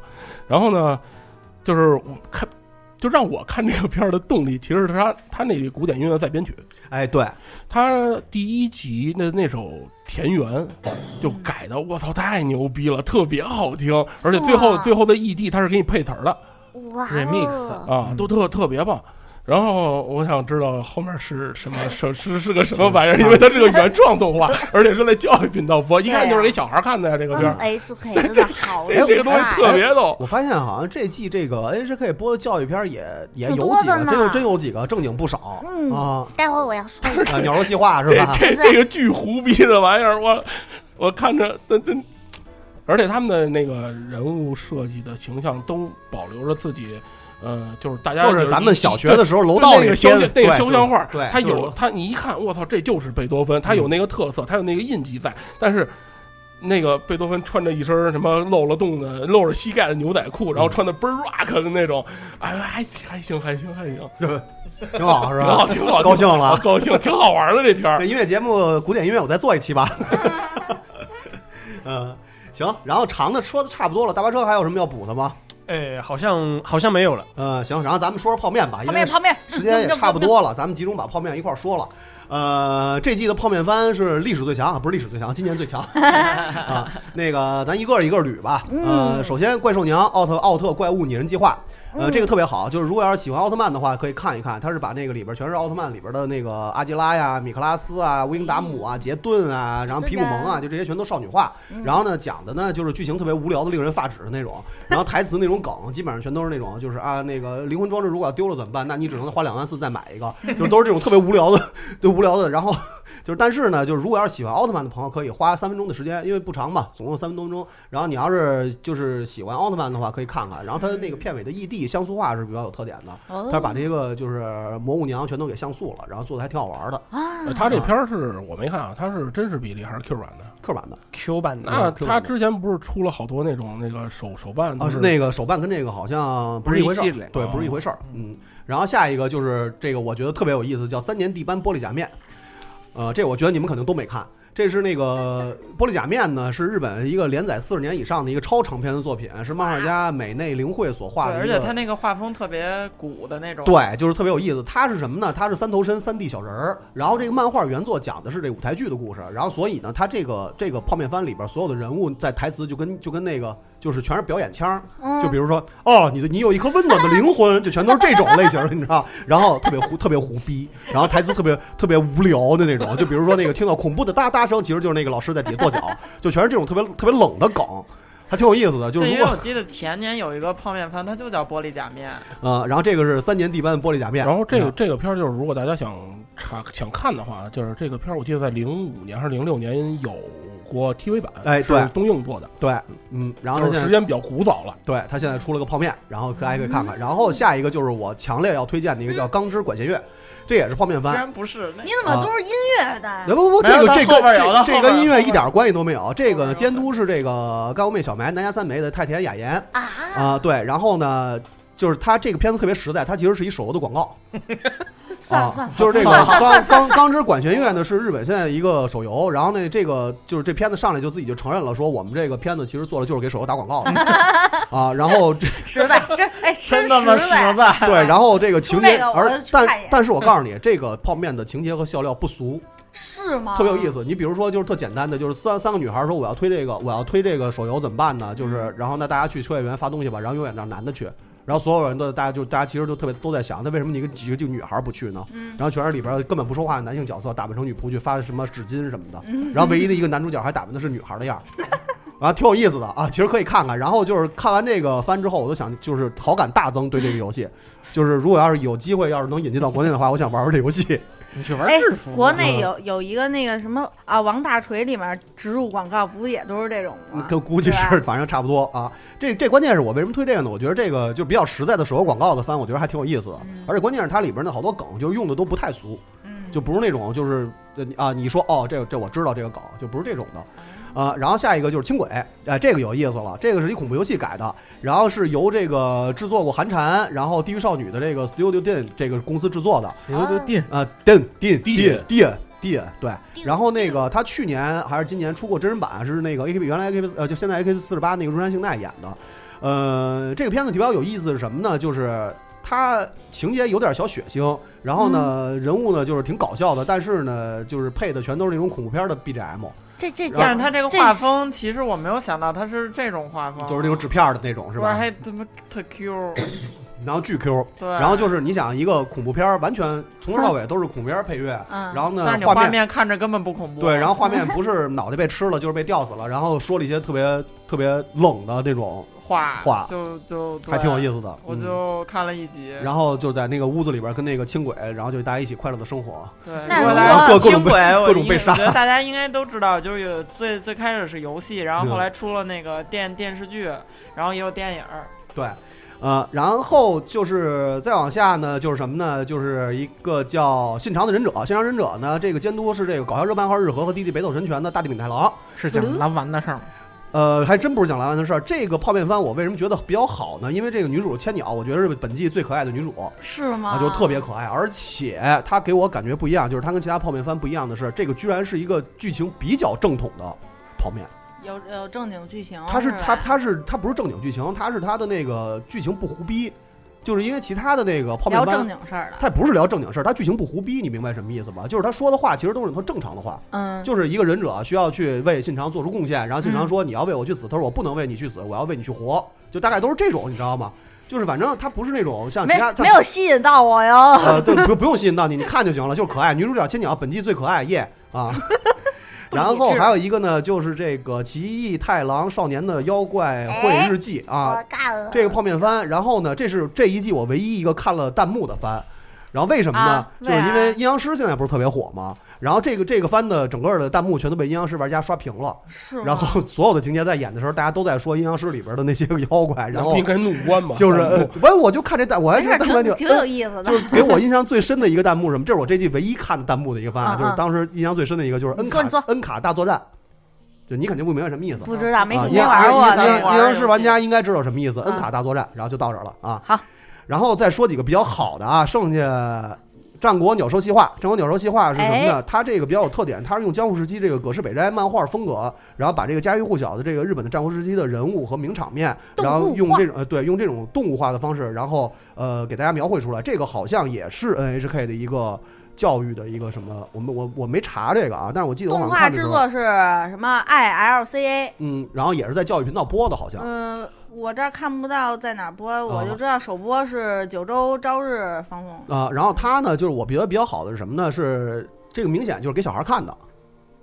然后呢，就是我看，就让我看这个片儿的动力，其实是他他那古典音乐在编曲。哎，对，他第一集那那首《田园》就改的，我操，太牛逼了，特别好听，而且最后哇最后的 ED 他是给你配词儿的 哇哦啊，嗯都特特别棒。然后我想知道后面是什么， 是是是个什么玩意儿？因为它是个原创动画，而且是在教育频道播，一看就是给小孩看的呀。这个片嗯儿 NHK 真的 好厉哎害，这个东西特别逗。我发现好像这季这个 NHK 播的教育片儿也也挺有多几的个，呢真有真有几个正经不少嗯 啊。待会儿我要说 一啊，个，鸟兽戏话是这吧？这这个巨胡逼的玩意儿，我我看着真真，而且他们的那个人物设计的形象都保留着自己呃，就是大家就是咱们小学的时候对楼道就那里个肖贴的那对个肖像画，就是对嗯它就是有它，你一看，我操，这就是贝多芬，它有那个特色，它有那个印记在，但是。那个贝多芬穿着一身什么露了洞的、露着膝盖的牛仔裤，嗯然后穿的倍儿 rock 的那种，哎，还还行，还行，还行， 挺好是吧挺好，挺好，高兴了高兴，挺好玩的这片儿对。音乐节目，古典音乐，我再做一 期吧。嗯，行，然后长的说的差不多了，大巴车还有什么要补的吗？哎，好像好像没有了。嗯，行，然后咱们说说泡面吧，泡面泡面，时间也差不多 了，咱们集中把泡面一块儿说了。呃，这季的泡面番是历史最强，啊，不是历史最强，今年最 强啊。那个，咱一个一个捋吧。呃，嗯首先《怪兽娘奥特奥特怪物拟人计划》，呃，嗯这个特别好，就是如果要是喜欢奥特曼的话，可以看一看。它是把那个里边全是奥特曼里边的那个阿基拉呀、米克拉斯啊、乌英达姆啊、杰顿啊，然后皮古蒙啊，就这些全都少女化。嗯然后呢，讲的呢就是剧情特别无聊的令人发指的那种，然后台词那种梗基本上全都是那种就是啊那个灵魂装置如果要丢了怎么办？那你只能花两万四再买一 个，就是都是这种特别无聊的，对无聊的。然后就是但是呢，就是如果要是喜欢奥特曼的朋友，可以花三分钟的时间，因为不长嘛，总共三分多钟。然后你要是就是喜欢奥特曼的话，可以看看。然后它那个片尾的 ED 像素化是比较有特点的，嗯哦它是把这个就是魔物娘全都给像素了，然后做的还挺好玩哦的。啊呃它这片儿是我没看啊，它是真实比例还是 Q 版的 Q 版的， Q 版的那啊嗯，Q 它版的之前不是出了好多那种那个手手办啊，是那个手办跟这个好像不是一回事儿，对，不是一回事儿。嗯，然后下一个就是这个，我觉得特别有意思，叫三年地班玻璃假面。呃，这我觉得你们可能都没看。这是那个玻璃假面呢，是日本一个连载四十年以上的一个超长篇的作品，是漫画家美内绫惠所画对，的而一且他个。那个画风特别古的那种。对，就是特别有意思。它是什么呢？它是三头身三 D 小人儿。然后这个漫画原作讲的是这舞台剧的故事。然后所以呢，它这个这个泡面番里边所有的人物在台词就跟就跟那个就是全是表演腔儿，嗯就比如说，哦，你的你有一颗温暖的灵魂，就全都是这种类型的，你知道？然后特别胡，特别胡逼，然后台词特别特别无聊的那种。就比如说那个听到恐怖的哒哒声，其实就是那个老师在底下跺脚，就全是这种特别特别冷的梗，还挺有意思的。就是对，如因为果我记得前年有一个泡面番，它就叫玻璃假面。呃，然后这个是三年地班玻璃假面，然后这个这个片儿就是，如果大家想查想看的话，就是这个片儿，我记得在零五年还是零六年有过 TV 版，哎对是东映做的，对，嗯，然后他就是现在时间比较古早了。对他现在出了个泡面，然后可大家可以看看。然后下一个就是我强烈要推荐的一个叫《钢之管弦乐》，这也是泡面虽番。然不是那你怎啊么都是音乐的？不不不，没有这个这到后边个有到这这后边跟音乐一点关系都没有。这个嗯呢，监督是这个高妹小埋南家三梅的太田雅彦啊嗯对。然后呢，就是他这个片子特别实在，它其实是一手游的广告。算啊了算了，就是这个算了算了算钢了钢算了，钢之管弦乐呢是日本现在一个手游，然后呢这个就是这片子上来就自己就承认了，说我们这个片子其实做的就是给手游打广告 的啊，然后这实在这 哎 真那么实啊在，在对，然后这个情节那，个我而去但看一眼但是我告诉你，这个泡面的情节和笑料不俗，是吗？特别有意思。你比如说，就是特简单的，就是三三个女孩说我要推这个，我要推这个手游怎么办呢？嗯就是然后那大家去秋叶原发东西吧，然后永远让男的去。然后所有人都大家就大家其实都特别都在想，那为什么你跟几个就女孩不去呢？嗯然后全是里边根本不说话的男性角色打扮成女仆去发什么纸巾什么的，嗯然后唯一的一个男主角还打扮的是女孩的样儿。 啊，挺有意思的啊，其实可以看看。然后就是看完这个番之后，我都想就是好感大增对这个游戏。就是如果要是有机会，要是能引进到国内的话，我想玩玩这游戏。你去哎，国内有有一个那个什么啊，王大锤里面植入广告，不也都是这种吗？可估计啊对是，吧反正差不多啊。这这关键是我为什么推这个呢？我觉得这个就比较实在的手游广告的番，我觉得还挺有意思的。嗯而且关键是它里边的好多梗，就是用的都不太俗，嗯就不是那种就是呃啊，你说哦，这个这我知道这个梗，就不是这种的。啊，然后下一个就是轻轨，哎、这个有意思了，这个是一恐怖游戏改的，然后是由这个制作过《寒蝉》，然后《地狱少女》的这个 Studio Din 这个公司制作的，有的电啊，Din Din Din Din Din Din，对。然后那个他去年还是今年出过真人版，是那个 AKB 原来 AKB 呃就现在 AKB 四十八那个中山幸奈演的。呃，这个片子比较有意思是什么呢？就是它情节有点小血腥，然后呢、人物呢就是挺搞笑的，但是呢就是配的全都是那种恐怖片的 BGM，这这但是他这个画是风，其实我没有想到他是这种画风，就是那种纸片的那种是不是吧？还他妈特 Q，然后巨 Q，对然后就是你想一个恐怖片儿完全从头到尾都是恐怖片儿配乐，嗯，然后呢但是你画画面面看着根本不恐怖，对，然后画 面不是脑袋被吃了，就是被吊死了，然后说了一些特别特别冷的那种画画，就就对还挺有意思的我嗯就看了一集，然后就在那个屋子里边跟那个轻轨，然后就大家一起快乐的生活。对，那如如果果大家各各轻种被轨，我各种应被杀我觉得大家应该都知道，就是有最最开始是游戏，然后嗯后来出了那个电电视剧，然后也有电影儿。对，呃，然后就是再往下呢，就是什么呢？就是一个叫《信长的忍者》，《信长忍者》呢，这个监督是这个搞笑热漫画日和和弟弟北斗神拳的大地敏太郎，是讲蓝丸的事儿吗？呃，还真不是讲蓝丸的事儿。这个泡面番我为什么觉得比较好呢？因为这个女主千鸟，我觉得是本季最可爱的女主。是吗？啊，就特别可爱，而且它给我感觉不一样，就是它跟其他泡面番不一样的是，这个居然是一个剧情比较正统的泡面。有有正经剧情，它是哦是它吧它是它不是正经剧情，它是它的那个剧情不胡逼，就是因为其他的那个泡面聊番正经事儿的，它也不是聊正经事儿，它剧情不胡逼，你明白什么意思吧？就是他说的话其实都是很正常的话，嗯就是一个忍者需要去为信长做出贡献，然后信长嗯说你要为我去死，他说我不能为你去死，我要为你去活，就大概都是这种，你知道吗？就是反正他不是那种像其没他它没有吸引到我哟。呃，对，不不用吸引到你，你看就行了，就是可爱。女主角千鸟，本季最可爱，耶 啊！然后还有一个呢，就是这个《奇异太郎少年的妖怪会日记》哎啊，这个泡面番。然后呢，这是这一季我唯一一个看了弹幕的番。然后为什么呢？啊就是因为阴阳师现在不是特别火嘛，然后这个这个番的整个的弹幕全都被阴阳师玩家刷屏了，是吗然后所有的情节在演的时候，大家都在说阴阳师里边的那些个妖怪，然后那不应该怒关 吗就是，弹幕呃完、我就看这弹，我还没觉事儿，得弹幕还挺挺有意思的。就是 给我印象最深的一个弹幕是什么？这是我这季唯一看的弹幕的一个番嗯案，就是嗯当时印象最深的一个，就是你 N 说卡你说 N 卡大作战。就你肯定不明白什么意思，不知道没啊没阴阳玩过阴阳没玩阴阳游师戏玩家应该知道什么意思。嗯 N 卡大作战，然后就到这儿了啊。好，然后再说几个比较好的啊，剩下战国鸟兽细化。战国鸟兽细化是什么哎呢？它这个比较有特点，它是用江户时期这个葛饰北斋漫画风格，然后把这个家喻户晓的这个日本的战国时期的人物和名场面，动物然后用化这种呃对用这种动物化的方式，然后呃给大家描绘出来。这个好像也是 NHK 的一个教育的一个什么，我们我我没查这个啊，但是我记得我好动像画看的时制候作是什么 ILCA？嗯，然后也是在教育频道播的，好像。嗯、我这儿看不到在哪儿啊播，我就知道首播是九州朝日放送。啊、然后它呢，就是我觉得比较好的是什么呢？是这个明显就是给小孩看的，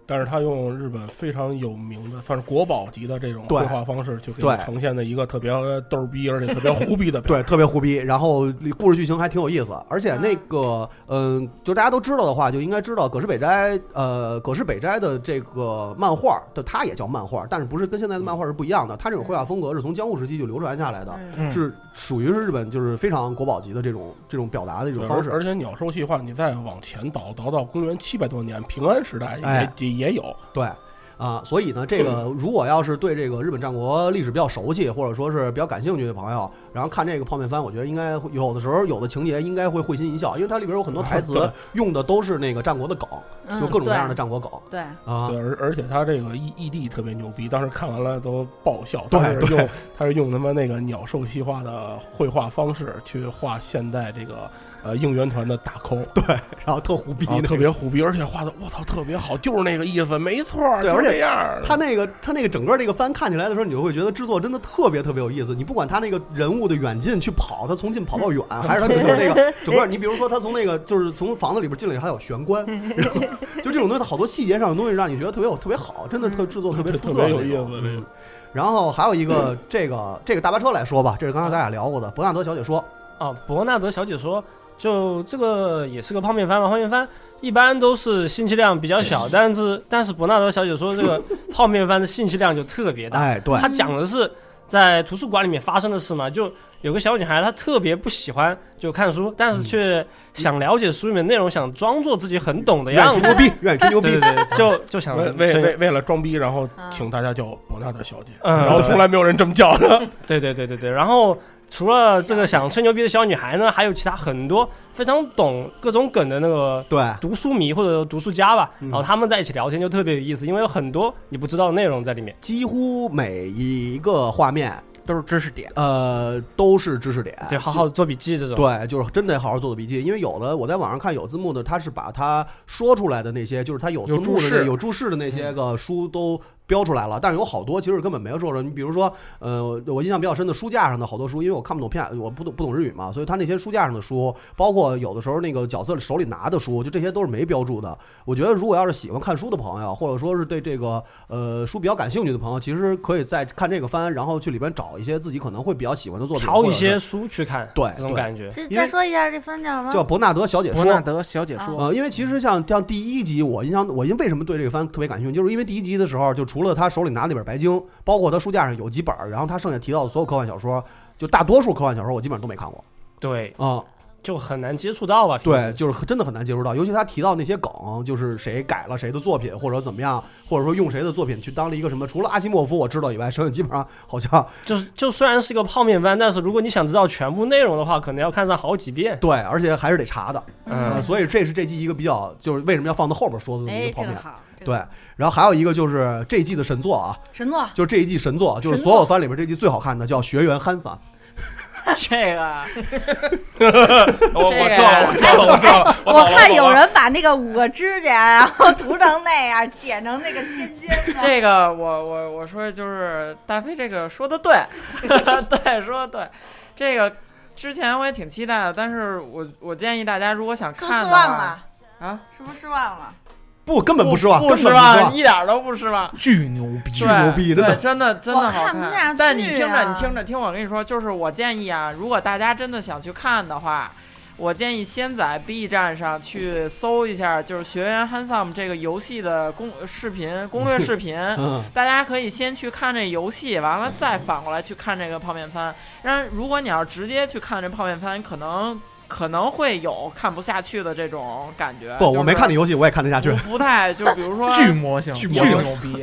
但是他用日本非常有名的，算是国宝级的这种对绘画方式去给你对呈现的一个特别逗逼，而且特别胡逼的表对，特别胡逼。然后故事剧情还挺有意思，而且那个，嗯、就大家都知道的话，就应该知道葛饰北斋，呃，葛饰北斋的这个漫画的，它也叫漫画，但是不是跟现在的漫画是不一样的。它这种绘画风格是从江户时期就流传下来的，嗯是属于是日本就是非常国宝级的这种这种表达的一种对方式。而而且鸟兽戏话，你再往前倒，倒到公元七百多年，平安时代也、哎也也有。对，啊、所以呢，这 个如果要是对这个日本战国历史比较熟悉，或者说是比较感兴趣的朋友，然后看这个泡面番，我觉得应该会有的时候有的情节应该会会心一笑，因为它里边有 很多台词对用的都是那个战国的梗，嗯有各种各样的对战国梗。对，啊对，而而且他这个 E E D 特别牛逼，当时看完了都爆笑。对他是对用他是用他妈那个鸟兽戏话的绘画方式去画现代这个呃应援团的打 call，对，然后特胡逼那个啊特别胡逼，而且画的我操特别好，就是那个意思，没错，对，就而是这且样儿。他那个他那个整个这个番看起来的时候，你就会觉得制作真的特别特别有意思。你不管他那个人物的远近去跑，他从近跑到远，还是他整个那个整个，你比如说他从那个就是从房子里边进来，还有玄关， 然后就这种东西，它好多细节上的东西让你觉得特别有特别好，真的特制作特别出嗯 特色，别有意思。嗯这个然后还有一个这个这个大巴车来说吧，这是刚才咱俩聊过的伯纳德小姐说，啊，伯纳德小姐说，就这个也是个泡面番嘛，泡面番一般都是信息量比较小，但是但是伯纳德小姐说这个泡面番的信息量就特别 大。哎对她讲的是在图书馆里面发生的事嘛，就有个小女孩，她特别不喜欢就看书，但嗯是却想了解书里面内容，想装作自己很懂的样子。愿吹牛逼愿吹牛逼对对对就就 想为为吹为为了装逼，然后请大家叫伯纳德小姐，嗯然后从来没有人这么叫的。对对对对对，然后除了这个想吹牛逼的小女孩呢，还有其他很多非常懂各种梗的那个对读书迷或者读书家吧，嗯然后他们在一起聊天就特别有意思，因为有很多你不知道的内容在里面。几乎每一个画面都是知识点，呃，都是知识点，对好好做笔记这种哎对，就是真得好好做做笔记，因为有的我在网上看有字幕的，他是把他说出来的那些，就是他有字有幕注的释那有注释的那些个书都标出来了，但是有好多其实根本没有说出来。你比如说，呃，我印象比较深的书架上的好多书，因为我看不懂片，我不懂不懂日语嘛，所以他那些书架上的书，包括有的时候那个角色手里拿的书，就这些都是没标注的。我觉得如果要是喜欢看书的朋友，或者说是对这个呃书比较感兴趣的朋友，其实可以在看这个番，然后去里边找一些自己可能会比较喜欢的作品，挑或一者是些书去看，对这种对感觉。这因再为说一下这番叫什么？叫伯纳德小姐说。伯纳德小姐呃，说，因为其实像像第一集，我印象我因为为什么对这个番特别感兴趣，就是因为第一集的时候，就除了他手里拿那本白鲸，包括他书架上有几本儿，然后他剩下提到的所有科幻小说，就大多数科幻小说我基本上都没看过。对，啊、就很难接触到吧？平时对，就是真的很难接触到，尤其他提到那些梗，就是谁改了谁的作品，或者怎么样，或者说用谁的作品去当了一个什么，除了阿西莫夫我知道以外，剩下基本上好像就是就虽然是一个泡面番，但是如果你想知道全部内容的话，可能要看上好几遍。对，而且还是得查的。嗯呃所以这是这季一个比较，就是为什么要放到后边说的这么一哎个泡这面个好。这对，然后还有一个就是这一季的神作啊，神作就是这一季神作，就是神作所有番里边这季最好看的叫《学员憨三》。这个，我这我个知道了，我知道了，我知道了。我看有人把那个五个指甲，啊然后涂成那样，剪成那个尖尖的。这个我我我说就是大飞这个说的对， 对说的对，这个之前我也挺期待的，但是我我建议大家如果想是不是看失的望话，了？啊，是不是失望了？不，根本不失望，不根本失不望，啊一点儿都不失望，巨牛逼巨 牛逼，真对，的。真的真的好我看不下去啊但你听着，你听着，听我跟你说，就是我建议啊，如果大家真的想去看的话，我建议先在 B 站上去搜一下，就是《学员 Handsome》这个游戏的攻视频攻略 视频嗯，大家可以先去看这游戏，完了再反过来去看这个泡面番。然而，如果你要直接去看这泡面番，可能。可能会有看不下去的这种感觉，不，就是我没看那游戏，我也看得 下去。不不太，就比如说巨魔性， 巨巨魔性牛逼，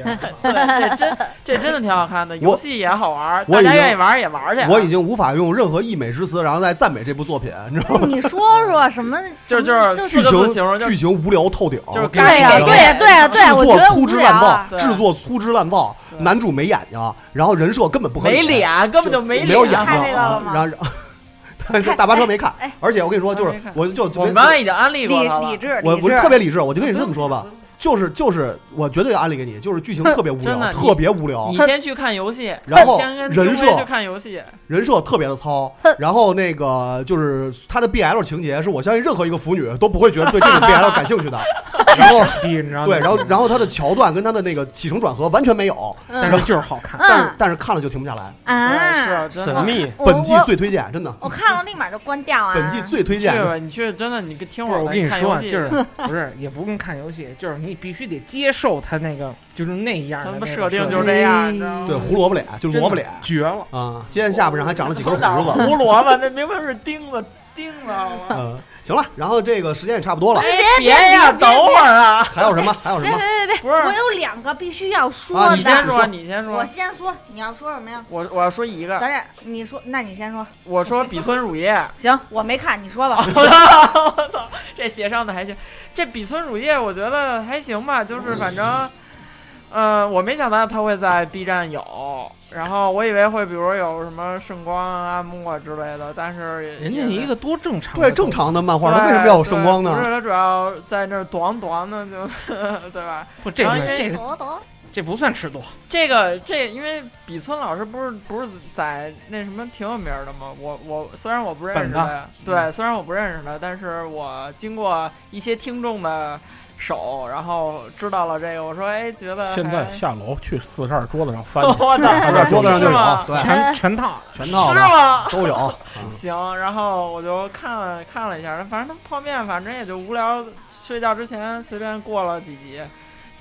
对，这真这真的挺好看的，游戏也好玩儿，我大已家经愿意玩儿也玩儿去啊。我已经无法用任何溢美之词，然后再赞美这部作品，你知道吗？你说说什么？就什么 就是剧四个字形情容就剧情无聊透顶，就是对呀，对呀，对呀，对呀，我制觉作得粗无制聊滥啊。造，制作粗制滥造，男主没眼睛，然后人设根本不合理，没脸根本就没没脸有眼睛，看这个了啊吗哎然后。 大巴车没看，而且我跟你说，就是没看我就就我们刚才已经安利过他了，理理智我理我智特别理智，我就跟你这么说吧，就是就是，我绝对安利给你，就是剧情特别无真聊，的你特别无聊你，先去看游戏，然后先跟人丁薇设去看游戏，啊人设特别的糙，然后那个就是他的 BL 情节，是我相信任何一个腐女都不会觉得对这种 BL 感兴趣 的。然 后逼，你知道吗？对，然后然后他的桥段跟他的那个起承转合完全没有，但是就是好看，但是嗯但是看了就停不下来。啊，对是真神的。秘，我本季我最推荐，真的，我看了立马就关掉啊。本季最推去荐。吧，你去，真的，你 听不会是儿我跟你看说游啊，戏就是不是也不用看游戏，就是你必须得接受他那个就是那样的他那妈个设定定就是这样，你知哎道吗？对，胡萝卜脸就是真萝的卜脸绝嗯了。啊，接下巴上还长了几根哪儿胡子。胡萝卜，那明明是钉子钉子啊好吗？嗯，行了，然后这个时间也差不多了，哎，别呀，等会儿啊，还有什么？还有什别么？别别别，不是我有两个必须要说啊的。你先说说，你先我说，先说，你要说什么呀？我我要说一咱个，俩你说，那你先说。我说比村乳业。行，我没看，你说哦吧。我操， 这协商的还行。这比村乳业我觉得还行吧，就是反正，嗯，我没想到它会在 B 站有，然后我以为会比如有什么圣光啊、木啊之类的，但是也人家一个多正常，对，正。常的漫对画，他为什么要有圣光对不呢？是，他主要在啊那儿短短的就， 对吧？不，这然后因个为这 个多多这不算尺度，这个这，因为比村老师不是不是在那什么挺有名儿的吗？我我虽然我不认识本他，嗯对，虽然我不认识他，但是我经过一些听众的手，然后知道了这个，我说哎，觉得现在还 下楼去四十二桌子上翻 我去，操， 在桌子上就有是吗，对，呃全全套的。全套是的吗？都有。啊行，然后我就看了看了一下，反正他泡面，反正也就无聊，睡觉之前随便过了几集，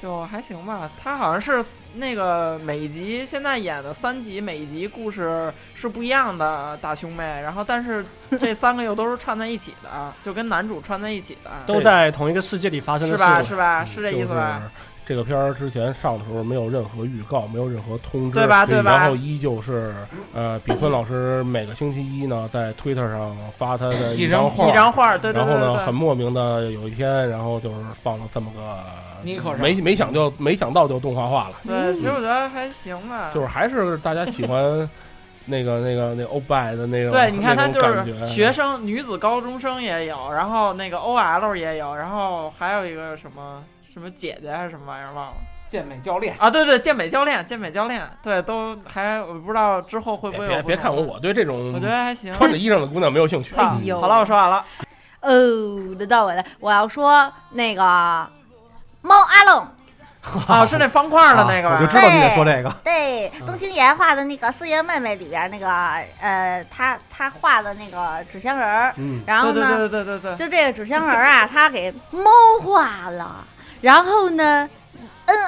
就还行吧。他好像是那个每一集现在演的三集，每一集故事是不一样的大兄妹，然后但是这三个又都是串在一起的，就跟男主串在一起的，都在同一个世界里发生是的吧？事是物。吧？是这意思嗯就吧？是这个片儿之前上的时候没有任何预告，没有任何通知，对吧对吧然后依旧是呃，比分老师每个星期一呢在 Twitter 上发他的一张张画一儿，张画，对对然后对呢，对很对，莫名的有一天，然后就是放了这么个，妮可上没没想就没想到就动画化了，对，其实我觉得还行吧。就是还是大家喜 欢那个那个那欧拜的那种，对，你看他那就种感觉嗯是学生，女子高中生也有，然后那个 OL 也有，然后还有一个什么什么姐姐还是什么玩意儿忘了健美教练，啊？对对，健美教练，健美教练，对，都还我不知道之后会不别会有别别不看同我，的，我对这种我觉得还行。穿着衣裳的姑娘没有兴趣。操哎呦好了，我说完了。哦，轮到我了，我要说那个猫阿龙，啊，是那方块儿的那个我就知吧？哎道你得说这个。对，嗯东京岩画的那个《四月妹妹》里边那个，呃，他他画的那个纸箱人儿，嗯，然后啊对呢，啊对对对对对对，就这个纸箱人儿啊，他给猫画了，然后呢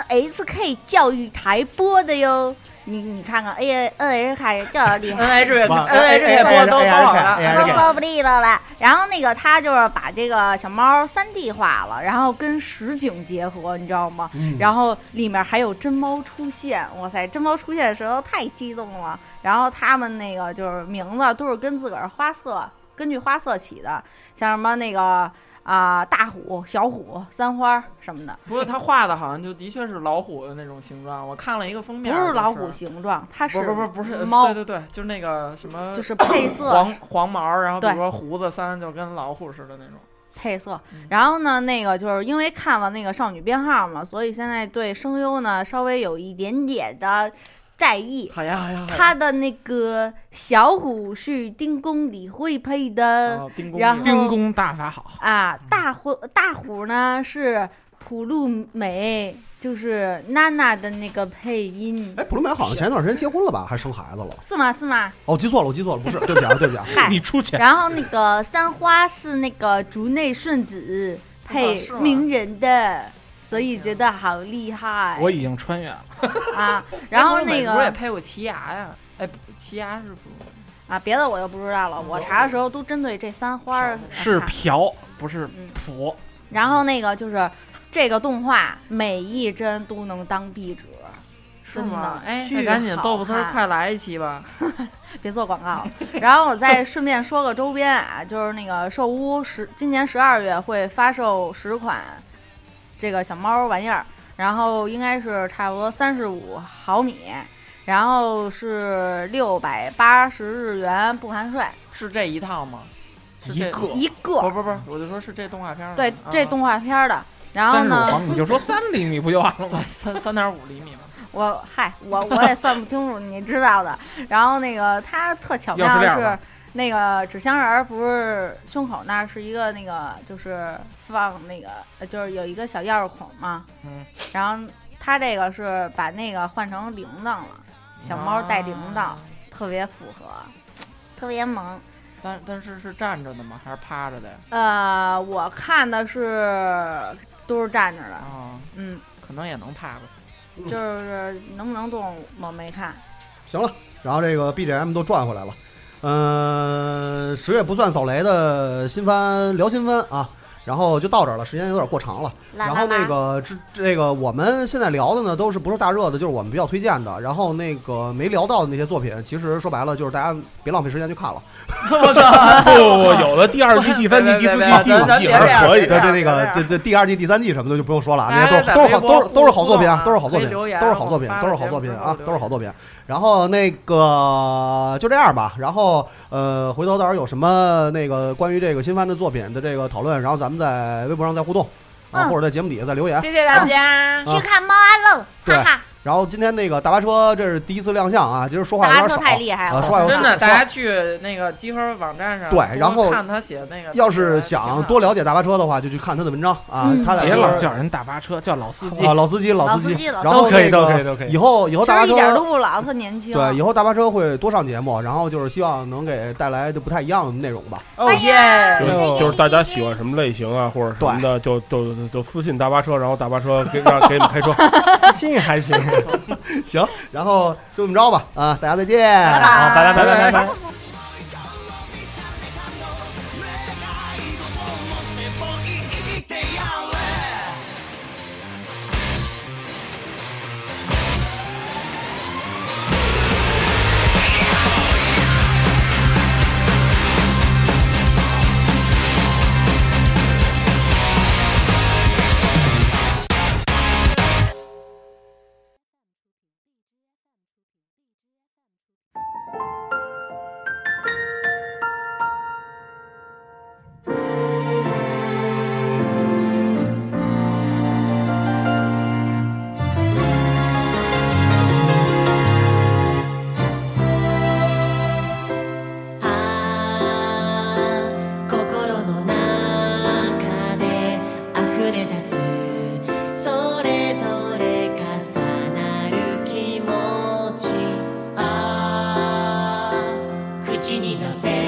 ，NHK 教育台播的哟。你你哎看看，A A N H 还这厉害 NH 也 NH 哎也播都多少了啊搜搜不利落了。然后那个他就是把这个小猫三 D 化了，然后跟实景结合，你知道吗？嗯然后里面还有真猫出现，哇塞，真猫出现的时候太激动了。然后他们那个就是名字都是跟自个儿花色，根据花色起的，像什么那个啊、大虎、小虎、三花什么的。不过他画的好像就的确是老虎的那种形状，我看了一个封面，不就是老虎形状，它不是不不不是猫对对对，就是那个什么，就是配色黄黄毛，然后比如对说胡子三，就跟老虎似的那种。配色。然后呢，那个就是因为看了那个少女编号嘛，所以现在对声优呢稍微有一点点的在意。好呀好呀。他的那个小虎是丁公李慧配的，哦然后丁公大法好，啊，大虎大虎呢是普露美，就是娜娜的那个配音。哎，普鲁美好像前一段时间结婚了吧，还生孩子了。是吗？是吗？哦，记错了，我记错了，不是，对不 起啊，对不起啊嗨，你出钱然后那个三花是那个竹内顺子配啊是吗鸣人的，所以觉得好厉害我已经穿越了。啊。然后哎不是那美国也个配过奇牙呀？哎，不奇牙是不啊，别的我就不知道了。我查的时候都针对这三花儿是查朴，不是朴。然后那个就是这个动画，每一帧都能当壁纸，是真的吗？哎，那巨赶紧好豆腐丝儿看快来一期吧！别做广告了。 然后我再顺便说个周边啊，就是那个兽屋十今年十二月会发售十款这个小猫玩意儿，然后应该是差不多三十五毫米，然后是六百八十日元不含税。是这一套吗？是一这个一个哦不不不，我就说是这动画片儿吗。对，这啊动画片儿的。然后呢，嗯三十五你就说三厘米不就完 了吗？三三点五厘米嘛。我嗨，我我也算不清楚，你知道的。然后那个它特巧妙钥匙的链儿是吧，那个纸箱人儿不是胸口那儿是一个那个就是放那个呃就是有一个小钥匙孔嘛，嗯，然后它这个是把那个换成铃铛了，小猫带铃铛，啊特别符合，特别萌。但但是是站着的吗？还是趴着的呀？呃，我看的是都是站着的，啊，嗯，可能也能趴吧。就是能不能动我没看。行了，然后这个 BGM 都转回来了。嗯、十月不算扫雷的新番聊新番啊，然后就到这儿了，时间有点过长了。啦然啦啦后那个这这个我们现在聊的呢，都是不是大热的，就是我们比较推荐的。然后那个没聊到的那些作品，其实说白了就是大家别浪费时间去看了。我操！ 不，有的 第二季、第三季、第四季、第五季还是可以对的。对，那个对对，第二季、第三季什么的就不用说了啊，那些大都家是都是好在都微博是都是好作品啊，互动都啊是好作品，可以留言都是好作品然，后都是好作品啊，都是好作品。然后那个就这样吧，然后呃，回头到时候有什么那个关于这个新番的作品的这个讨论，然后咱们在微博上再互动啊，嗯或者在节目底下再留言。大家去看猫阿愣，对。然后今天那个大巴车这是第一次亮相啊，今儿说话有点少，啊说话有点真的，少大家去那个集合网站上对多然后看他写的那个，啊要是想多了解大巴车的话，就去看他的文章啊，他在别这儿老叫人大巴车，叫老司机啊，老司机，老司机，然后那个以后以后其大巴实车一点都不老，特年轻。对，以后大巴车会多上节目，然后就是希望能给带来就不太一样的内容吧。哦耶哎就是就是大家喜欢什么类型啊，或者什么的，就就就就私信大巴车，然后大巴车给让给你们开车。 私信还行，行，然后就这么着吧，啊，大家再见，好拜拜拜拜拜拜。心の中で溢れ出すそれぞれ重なる気持ちああ口に出せ